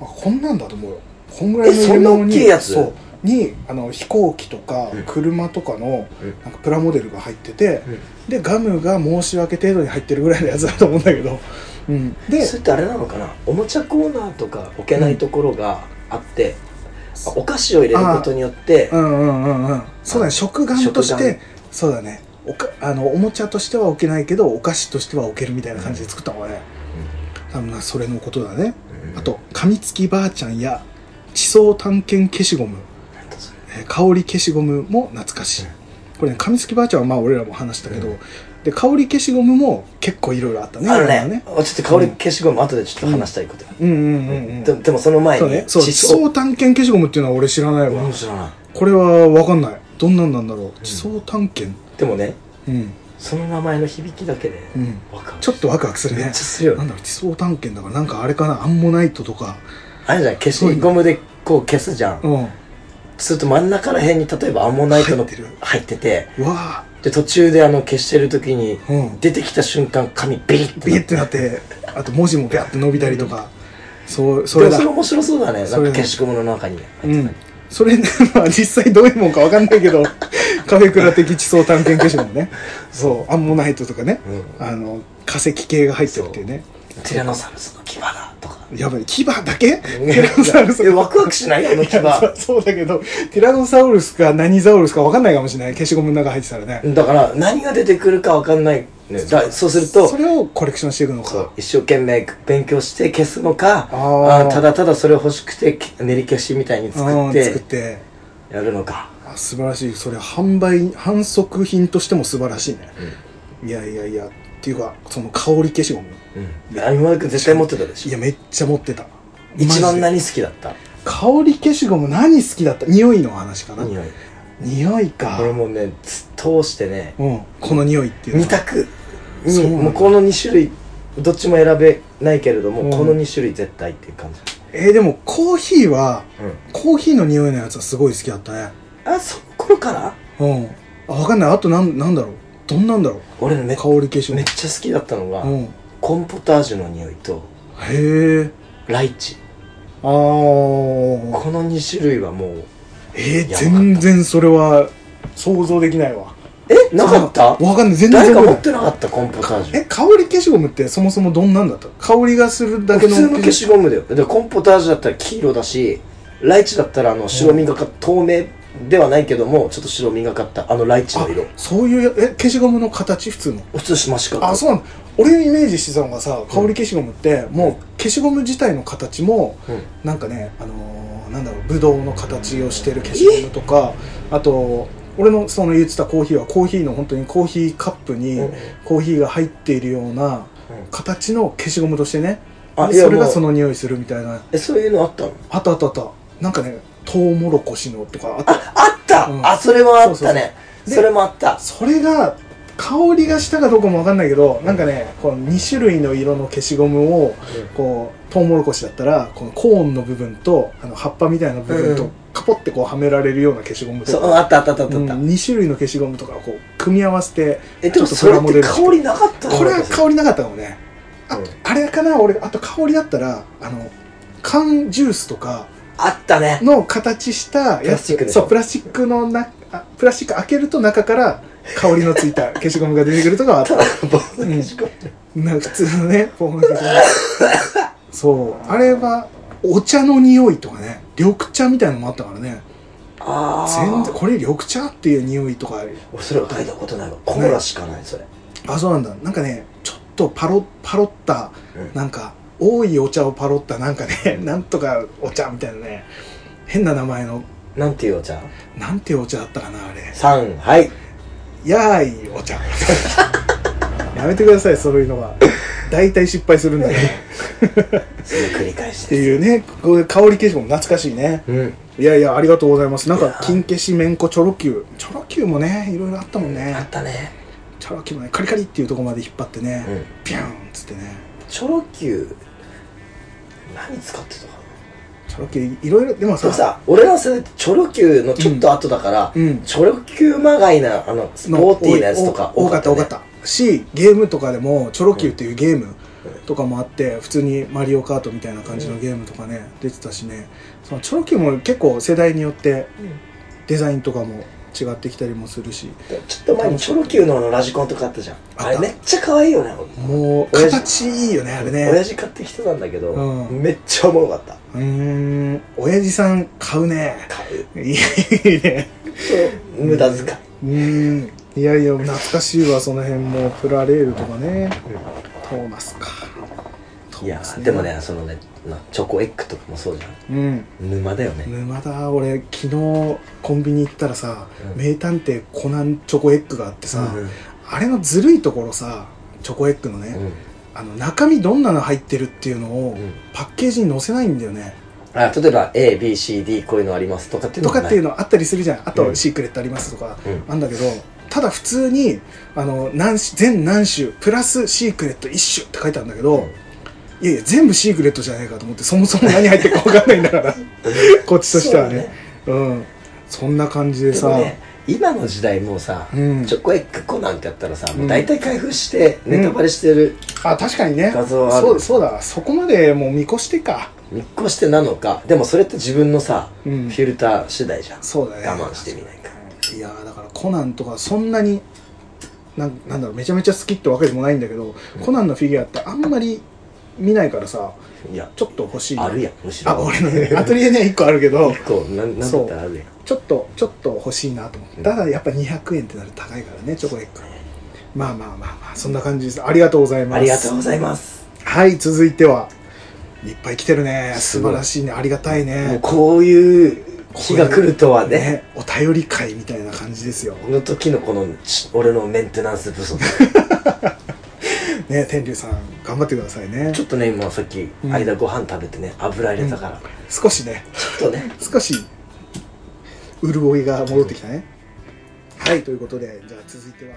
[SPEAKER 1] あこんなんだと思うよこんぐらいの
[SPEAKER 2] えそん
[SPEAKER 1] 入れ
[SPEAKER 2] な
[SPEAKER 1] 物に
[SPEAKER 2] 大きいやつ
[SPEAKER 1] そうにあの飛行機とか
[SPEAKER 2] うん
[SPEAKER 1] 車とかの
[SPEAKER 2] うん
[SPEAKER 1] なんかプラモデルが入っててでガムが申し訳程度に入ってるぐらいのやつだと思うんだけど、うん、で
[SPEAKER 2] それってあれなのかなおもちゃコーナーとか置けないところがあって、あお菓子を入れることによって
[SPEAKER 1] うんうんうんうんそうだね食玩とし
[SPEAKER 2] 食玩
[SPEAKER 1] てそうだねおかあのおもちゃとしては置けないけどお菓子としては置けるみたいな感じで作った方がね、多分なそれのことだねあと「噛みつきばあちゃん」や「地層探検消しゴム」
[SPEAKER 2] なんだそれ
[SPEAKER 1] えー香り消しゴム」も懐かしい、
[SPEAKER 2] うん
[SPEAKER 1] これね噛みつきばあちゃんはまあ俺らも話したけど、
[SPEAKER 2] う
[SPEAKER 1] で香り消しゴムも結構いろいろあったね
[SPEAKER 2] あの
[SPEAKER 1] 俺ら
[SPEAKER 2] ね
[SPEAKER 1] は
[SPEAKER 2] あちょっと香り消しゴム後でちょっと話したいことがあ
[SPEAKER 1] うんうんう
[SPEAKER 2] る、
[SPEAKER 1] んうん
[SPEAKER 2] ででもその前
[SPEAKER 1] そ
[SPEAKER 2] に
[SPEAKER 1] うねそう地
[SPEAKER 2] 地層
[SPEAKER 1] 層探検消しゴムっていうのは俺知らないわ、
[SPEAKER 2] うん知らない
[SPEAKER 1] これは分かんないどんなんなんだろう地層探検
[SPEAKER 2] でもね
[SPEAKER 1] うん
[SPEAKER 2] その名前の響きだけで
[SPEAKER 1] うん
[SPEAKER 2] わかる
[SPEAKER 1] ちょっとワクワクする
[SPEAKER 2] めっち
[SPEAKER 1] ね
[SPEAKER 2] ゃするよ
[SPEAKER 1] なん
[SPEAKER 2] ね
[SPEAKER 1] だろう地層探検だからなんかあれかなアンモナイトとか
[SPEAKER 2] あれじゃん消しゴムでこう消すじゃん
[SPEAKER 1] うんうわ
[SPEAKER 2] すると真ん中らへんに例えばアンモナイトの
[SPEAKER 1] 入ってる
[SPEAKER 2] 入ってて
[SPEAKER 1] あ
[SPEAKER 2] で途中であの消してる時に
[SPEAKER 1] うん
[SPEAKER 2] 出てきた瞬間髪ビリッて
[SPEAKER 1] ビ
[SPEAKER 2] な
[SPEAKER 1] ッてなってあと文字もビャって伸びたりとかそうそれ
[SPEAKER 2] でも
[SPEAKER 1] だ
[SPEAKER 2] それ面白そうだね
[SPEAKER 1] そ
[SPEAKER 2] な
[SPEAKER 1] れだ
[SPEAKER 2] んか消しゴムの中に
[SPEAKER 1] うんそれね、 まあ実際どういうもんかわかんない けどカフェクラ的地層探検消しゴムねそうアンモナイトとかね、
[SPEAKER 2] うん
[SPEAKER 1] あの化石系が入ってるっていうね
[SPEAKER 2] ティラノサウルスの牙だとか
[SPEAKER 1] やばい牙だけティラノサウルス
[SPEAKER 2] いやワクワクしないあの牙
[SPEAKER 1] そうそうだけどティラノサウルスか何ザウルスか分かんないかもしれない消しゴムの中入ってたらね、
[SPEAKER 2] だから何が出てくるかわかんないねだそうすると
[SPEAKER 1] それをコレクションしていくの
[SPEAKER 2] そう
[SPEAKER 1] か
[SPEAKER 2] 一生懸命勉強して消すのか
[SPEAKER 1] あー
[SPEAKER 2] あーただただそれを欲しくてけ練り消しみたいに
[SPEAKER 1] う
[SPEAKER 2] 作っ
[SPEAKER 1] ん
[SPEAKER 2] て
[SPEAKER 1] て
[SPEAKER 2] やるのか
[SPEAKER 1] あ素晴らしいそれ販売販促品としても素晴らしいね、いやいやいやっていうかその香り消しゴム
[SPEAKER 2] うん今まで絶対持ってたで
[SPEAKER 1] い
[SPEAKER 2] しょ
[SPEAKER 1] やめっちゃ持ってた
[SPEAKER 2] 一番
[SPEAKER 1] マジで
[SPEAKER 2] 何好きだった
[SPEAKER 1] 香り消しゴム何好きだった匂いの話かな
[SPEAKER 2] 匂い
[SPEAKER 1] 匂いか
[SPEAKER 2] 俺もねつ通してね
[SPEAKER 1] うんこの匂いっていうの
[SPEAKER 2] 2
[SPEAKER 1] は
[SPEAKER 2] 択
[SPEAKER 1] そう
[SPEAKER 2] に
[SPEAKER 1] なんだ
[SPEAKER 2] もうこの2種類どっちも選べないけれども、
[SPEAKER 1] うん
[SPEAKER 2] この2種類絶対っていう感じ、
[SPEAKER 1] えーでもコーヒーはコーヒーの匂いのやつはすごい好きだったね
[SPEAKER 2] あその頃から
[SPEAKER 1] うん。あ、わかんない。あとなん、なんだろう。どんなんだろう。
[SPEAKER 2] 俺ねめ
[SPEAKER 1] 香り消し
[SPEAKER 2] め
[SPEAKER 1] ね
[SPEAKER 2] っ。ちゃ好きだったのが、
[SPEAKER 1] うん。
[SPEAKER 2] コンポタージュの匂いと
[SPEAKER 1] へえ。
[SPEAKER 2] ライチ
[SPEAKER 1] あー。
[SPEAKER 2] この2種類はもう
[SPEAKER 1] えー、
[SPEAKER 2] やばかった
[SPEAKER 1] 全然それは、想像できないわ。
[SPEAKER 2] えなかった
[SPEAKER 1] わかんない。全然
[SPEAKER 2] 誰か
[SPEAKER 1] 覚
[SPEAKER 2] 持
[SPEAKER 1] え
[SPEAKER 2] ってなかったコンポタージ
[SPEAKER 1] ない
[SPEAKER 2] ュ
[SPEAKER 1] え、香り消しゴムってそもそもどんなんだった香りがするだけ
[SPEAKER 2] 普
[SPEAKER 1] の。
[SPEAKER 2] 通の消しゴムだよでコンポタージュだったら黄色だしライチだったらあの白みがか透明ではないけどもちょっと白みがかったあのライチの色
[SPEAKER 1] あそういうや、え、消しゴムの形普通の。
[SPEAKER 2] 普通しましか
[SPEAKER 1] あ、そうなんだ。俺のイメージしてたのがさ、香り消しゴムって、もう消しゴム自体の形も、
[SPEAKER 2] うん
[SPEAKER 1] なんかね、あのーなんだろう、ぶどうの形をしてる消しゴムとか、あと、俺のその言ってたコーヒーはコーヒーの本当にコーヒーカップに
[SPEAKER 2] うん
[SPEAKER 1] コーヒーが入っているような形の消しゴムとしてね、
[SPEAKER 2] あ
[SPEAKER 1] で
[SPEAKER 2] いや
[SPEAKER 1] それが
[SPEAKER 2] もう
[SPEAKER 1] その匂いするみたいな。
[SPEAKER 2] えそういうのあったの
[SPEAKER 1] あったあったあった。なんかね、トウモロコシのとかあった。
[SPEAKER 2] あった、
[SPEAKER 1] うん
[SPEAKER 2] あそれもあった
[SPEAKER 1] そ
[SPEAKER 2] ね
[SPEAKER 1] うそうそうで
[SPEAKER 2] それもあった
[SPEAKER 1] それが、香りがしたかどうかもわかんないけど、なんかね、この2種類の色の消しゴムを、こうトウモロコシだったらこのコーンの部分とあの葉っぱみたいな部分
[SPEAKER 2] う
[SPEAKER 1] と
[SPEAKER 2] ん
[SPEAKER 1] カポってこうはめられるような消しゴムと
[SPEAKER 2] そう
[SPEAKER 1] か、
[SPEAKER 2] うんあったあったあったあった、
[SPEAKER 1] うん、2種類の消しゴムとかをこう組み合わせて
[SPEAKER 2] えで
[SPEAKER 1] ちょ
[SPEAKER 2] も
[SPEAKER 1] っと
[SPEAKER 2] それっ
[SPEAKER 1] プラモ
[SPEAKER 2] て
[SPEAKER 1] デルして
[SPEAKER 2] 香りなかったの
[SPEAKER 1] これは香りなかったかもねあ,、
[SPEAKER 2] うん
[SPEAKER 1] あれかな俺あと香りだったらあの缶ジュースとか
[SPEAKER 2] あったね
[SPEAKER 1] の形した
[SPEAKER 2] プラスチックでしょ
[SPEAKER 1] そうプラスチックのなあプラスチック開けると中から香りのついた消しゴムが出てくるとかはあった
[SPEAKER 2] ただ棒の消しゴム
[SPEAKER 1] な普通のねこうなんかこうそうあれはお茶の匂いとかね緑茶みたいなのもあったからね
[SPEAKER 2] ああ
[SPEAKER 1] 全然これ緑茶っていう匂いとか
[SPEAKER 2] 俺それは嗅いだことないわコーラしかないそれ、
[SPEAKER 1] あそうなんだなんかねちょっとパロパロった
[SPEAKER 2] うん
[SPEAKER 1] なんか多いお茶をパロったなんかねなんとかお茶みたいなね変な名前の
[SPEAKER 2] なんていうお茶
[SPEAKER 1] なんていうお茶だったかなあれ
[SPEAKER 2] さんはい
[SPEAKER 1] やーいお茶 やめてくださいそういうのは大体失敗するんだからっ
[SPEAKER 2] それ繰り返してて
[SPEAKER 1] いうねこういう香り消しも懐かしいね
[SPEAKER 2] うん
[SPEAKER 1] いやいや、ありがとうございます。なん
[SPEAKER 2] いや
[SPEAKER 1] か、
[SPEAKER 2] ー
[SPEAKER 1] 金消し、めんこ、チョロ Q。チョロ Q もね、いろいろあったもん
[SPEAKER 2] あっ
[SPEAKER 1] ね。
[SPEAKER 2] たね
[SPEAKER 1] チョロ Q もね、カリカリっていうところまで引っ張ってね、
[SPEAKER 2] うん
[SPEAKER 1] ピューンっつってね。
[SPEAKER 2] チョロ Q 何使ってたかな
[SPEAKER 1] チョロ Q、いろいろ、でも
[SPEAKER 2] そ
[SPEAKER 1] さ、
[SPEAKER 2] れさ俺ら世代ってチョロ Q のちょっと後だから、
[SPEAKER 1] うん
[SPEAKER 2] チョロ Q まがいなあのスポーティーなやつとか
[SPEAKER 1] 多い多かった、多か
[SPEAKER 2] ね
[SPEAKER 1] った。し、ゲームとかでも、チョロ Q っていうゲームとかもあって普通に「マリオカート」みたいな感じのゲームとかね、出てたしねそのチョロ Q も結構世代によってデザインとかも違ってきたりもするし
[SPEAKER 2] ちょっと前にチョロ Q のあのラジコンとかあったじゃん
[SPEAKER 1] あった
[SPEAKER 2] あれめっちゃ可愛いよねほんと
[SPEAKER 1] もう
[SPEAKER 2] 親父
[SPEAKER 1] 形いいよねあれね
[SPEAKER 2] 親父買ってきてたんだけど、
[SPEAKER 1] うん
[SPEAKER 2] めっちゃおもろかった
[SPEAKER 1] うーん親父さん買うね
[SPEAKER 2] 買う
[SPEAKER 1] いいね
[SPEAKER 2] 無駄遣い、
[SPEAKER 1] うーんいやいや懐かしいわその辺もプラレールとかねトーマスかトー
[SPEAKER 2] いや
[SPEAKER 1] マス
[SPEAKER 2] ーでもねそのねなチョコエッグとかもそうじゃ
[SPEAKER 1] うん
[SPEAKER 2] ん沼だよね、
[SPEAKER 1] 沼田俺昨日コンビニ行ったらさ、
[SPEAKER 2] うん
[SPEAKER 1] 名探偵コナンチョコエッグがあってさ、
[SPEAKER 2] うん
[SPEAKER 1] あれのずるいところさチョコエッグのね、
[SPEAKER 2] うん
[SPEAKER 1] あの中身どんなの入ってるっていうのを
[SPEAKER 2] うん
[SPEAKER 1] パッケージに載せないんだよね、
[SPEAKER 2] あ例えば ABCD こういうのありますとかっていう
[SPEAKER 1] と
[SPEAKER 2] の
[SPEAKER 1] かっていう
[SPEAKER 2] の
[SPEAKER 1] のあったりするじゃんあ
[SPEAKER 2] う
[SPEAKER 1] と
[SPEAKER 2] ん
[SPEAKER 1] シークレットありますとか、
[SPEAKER 2] うん
[SPEAKER 1] あんだけどただ普通にあの何種全何種プラスシークレット1種って書いてあるんだけど、
[SPEAKER 2] うん
[SPEAKER 1] いやいや全部シークレットじゃないかと思ってそもそも何入ってるか分かんないんだから こっちとしてはねうんそんな感じで
[SPEAKER 2] で
[SPEAKER 1] さ
[SPEAKER 2] もね今の時代もうさ、
[SPEAKER 1] うん
[SPEAKER 2] チョコエッグコなんてやったらさ、もううん大体開封してネタバレしてる、
[SPEAKER 1] あ確かにね
[SPEAKER 2] 画像ある
[SPEAKER 1] そうそうだそこまでもう見越してか
[SPEAKER 2] 見っこしてなのかでもそれって自分のさ、
[SPEAKER 1] うん
[SPEAKER 2] フィルター次第じゃん
[SPEAKER 1] そうだね
[SPEAKER 2] 我慢してみないか
[SPEAKER 1] いやーだからコナンとかそんなになんなんだろうめちゃめちゃ好きってわけでもないんだけど、コナンのフィギュアってあんまり見ないからさ
[SPEAKER 2] いや
[SPEAKER 1] ちょっと欲しい
[SPEAKER 2] あるやんむしろ
[SPEAKER 1] あ俺の ねアトリエには1個あるけど
[SPEAKER 2] 結構なんなんだったらあるやん
[SPEAKER 1] ちょっとちょっと欲しいなと思ってただやっぱ200円ってなると高いからねチョコエッグまあまあまあまあそんな感じですありがとうございます
[SPEAKER 2] ありがとうございます
[SPEAKER 1] はい続いてはいっぱい来てるね
[SPEAKER 2] す
[SPEAKER 1] 素
[SPEAKER 2] ごい
[SPEAKER 1] 晴らしいねありがたい
[SPEAKER 2] もう
[SPEAKER 1] ね
[SPEAKER 2] こういう日が来るとはね
[SPEAKER 1] ねお便り会みたいな感じですよ
[SPEAKER 2] この時のこのち俺のメンテナンス 不足
[SPEAKER 1] ね天竜さん頑張ってくださいね
[SPEAKER 2] ちょっとね今さっき
[SPEAKER 1] ん
[SPEAKER 2] 間ご飯食べてね油入れたから、ち
[SPEAKER 1] 少しね
[SPEAKER 2] ょっとね
[SPEAKER 1] 少し潤いが戻ってきたねはいということでじゃあ続いては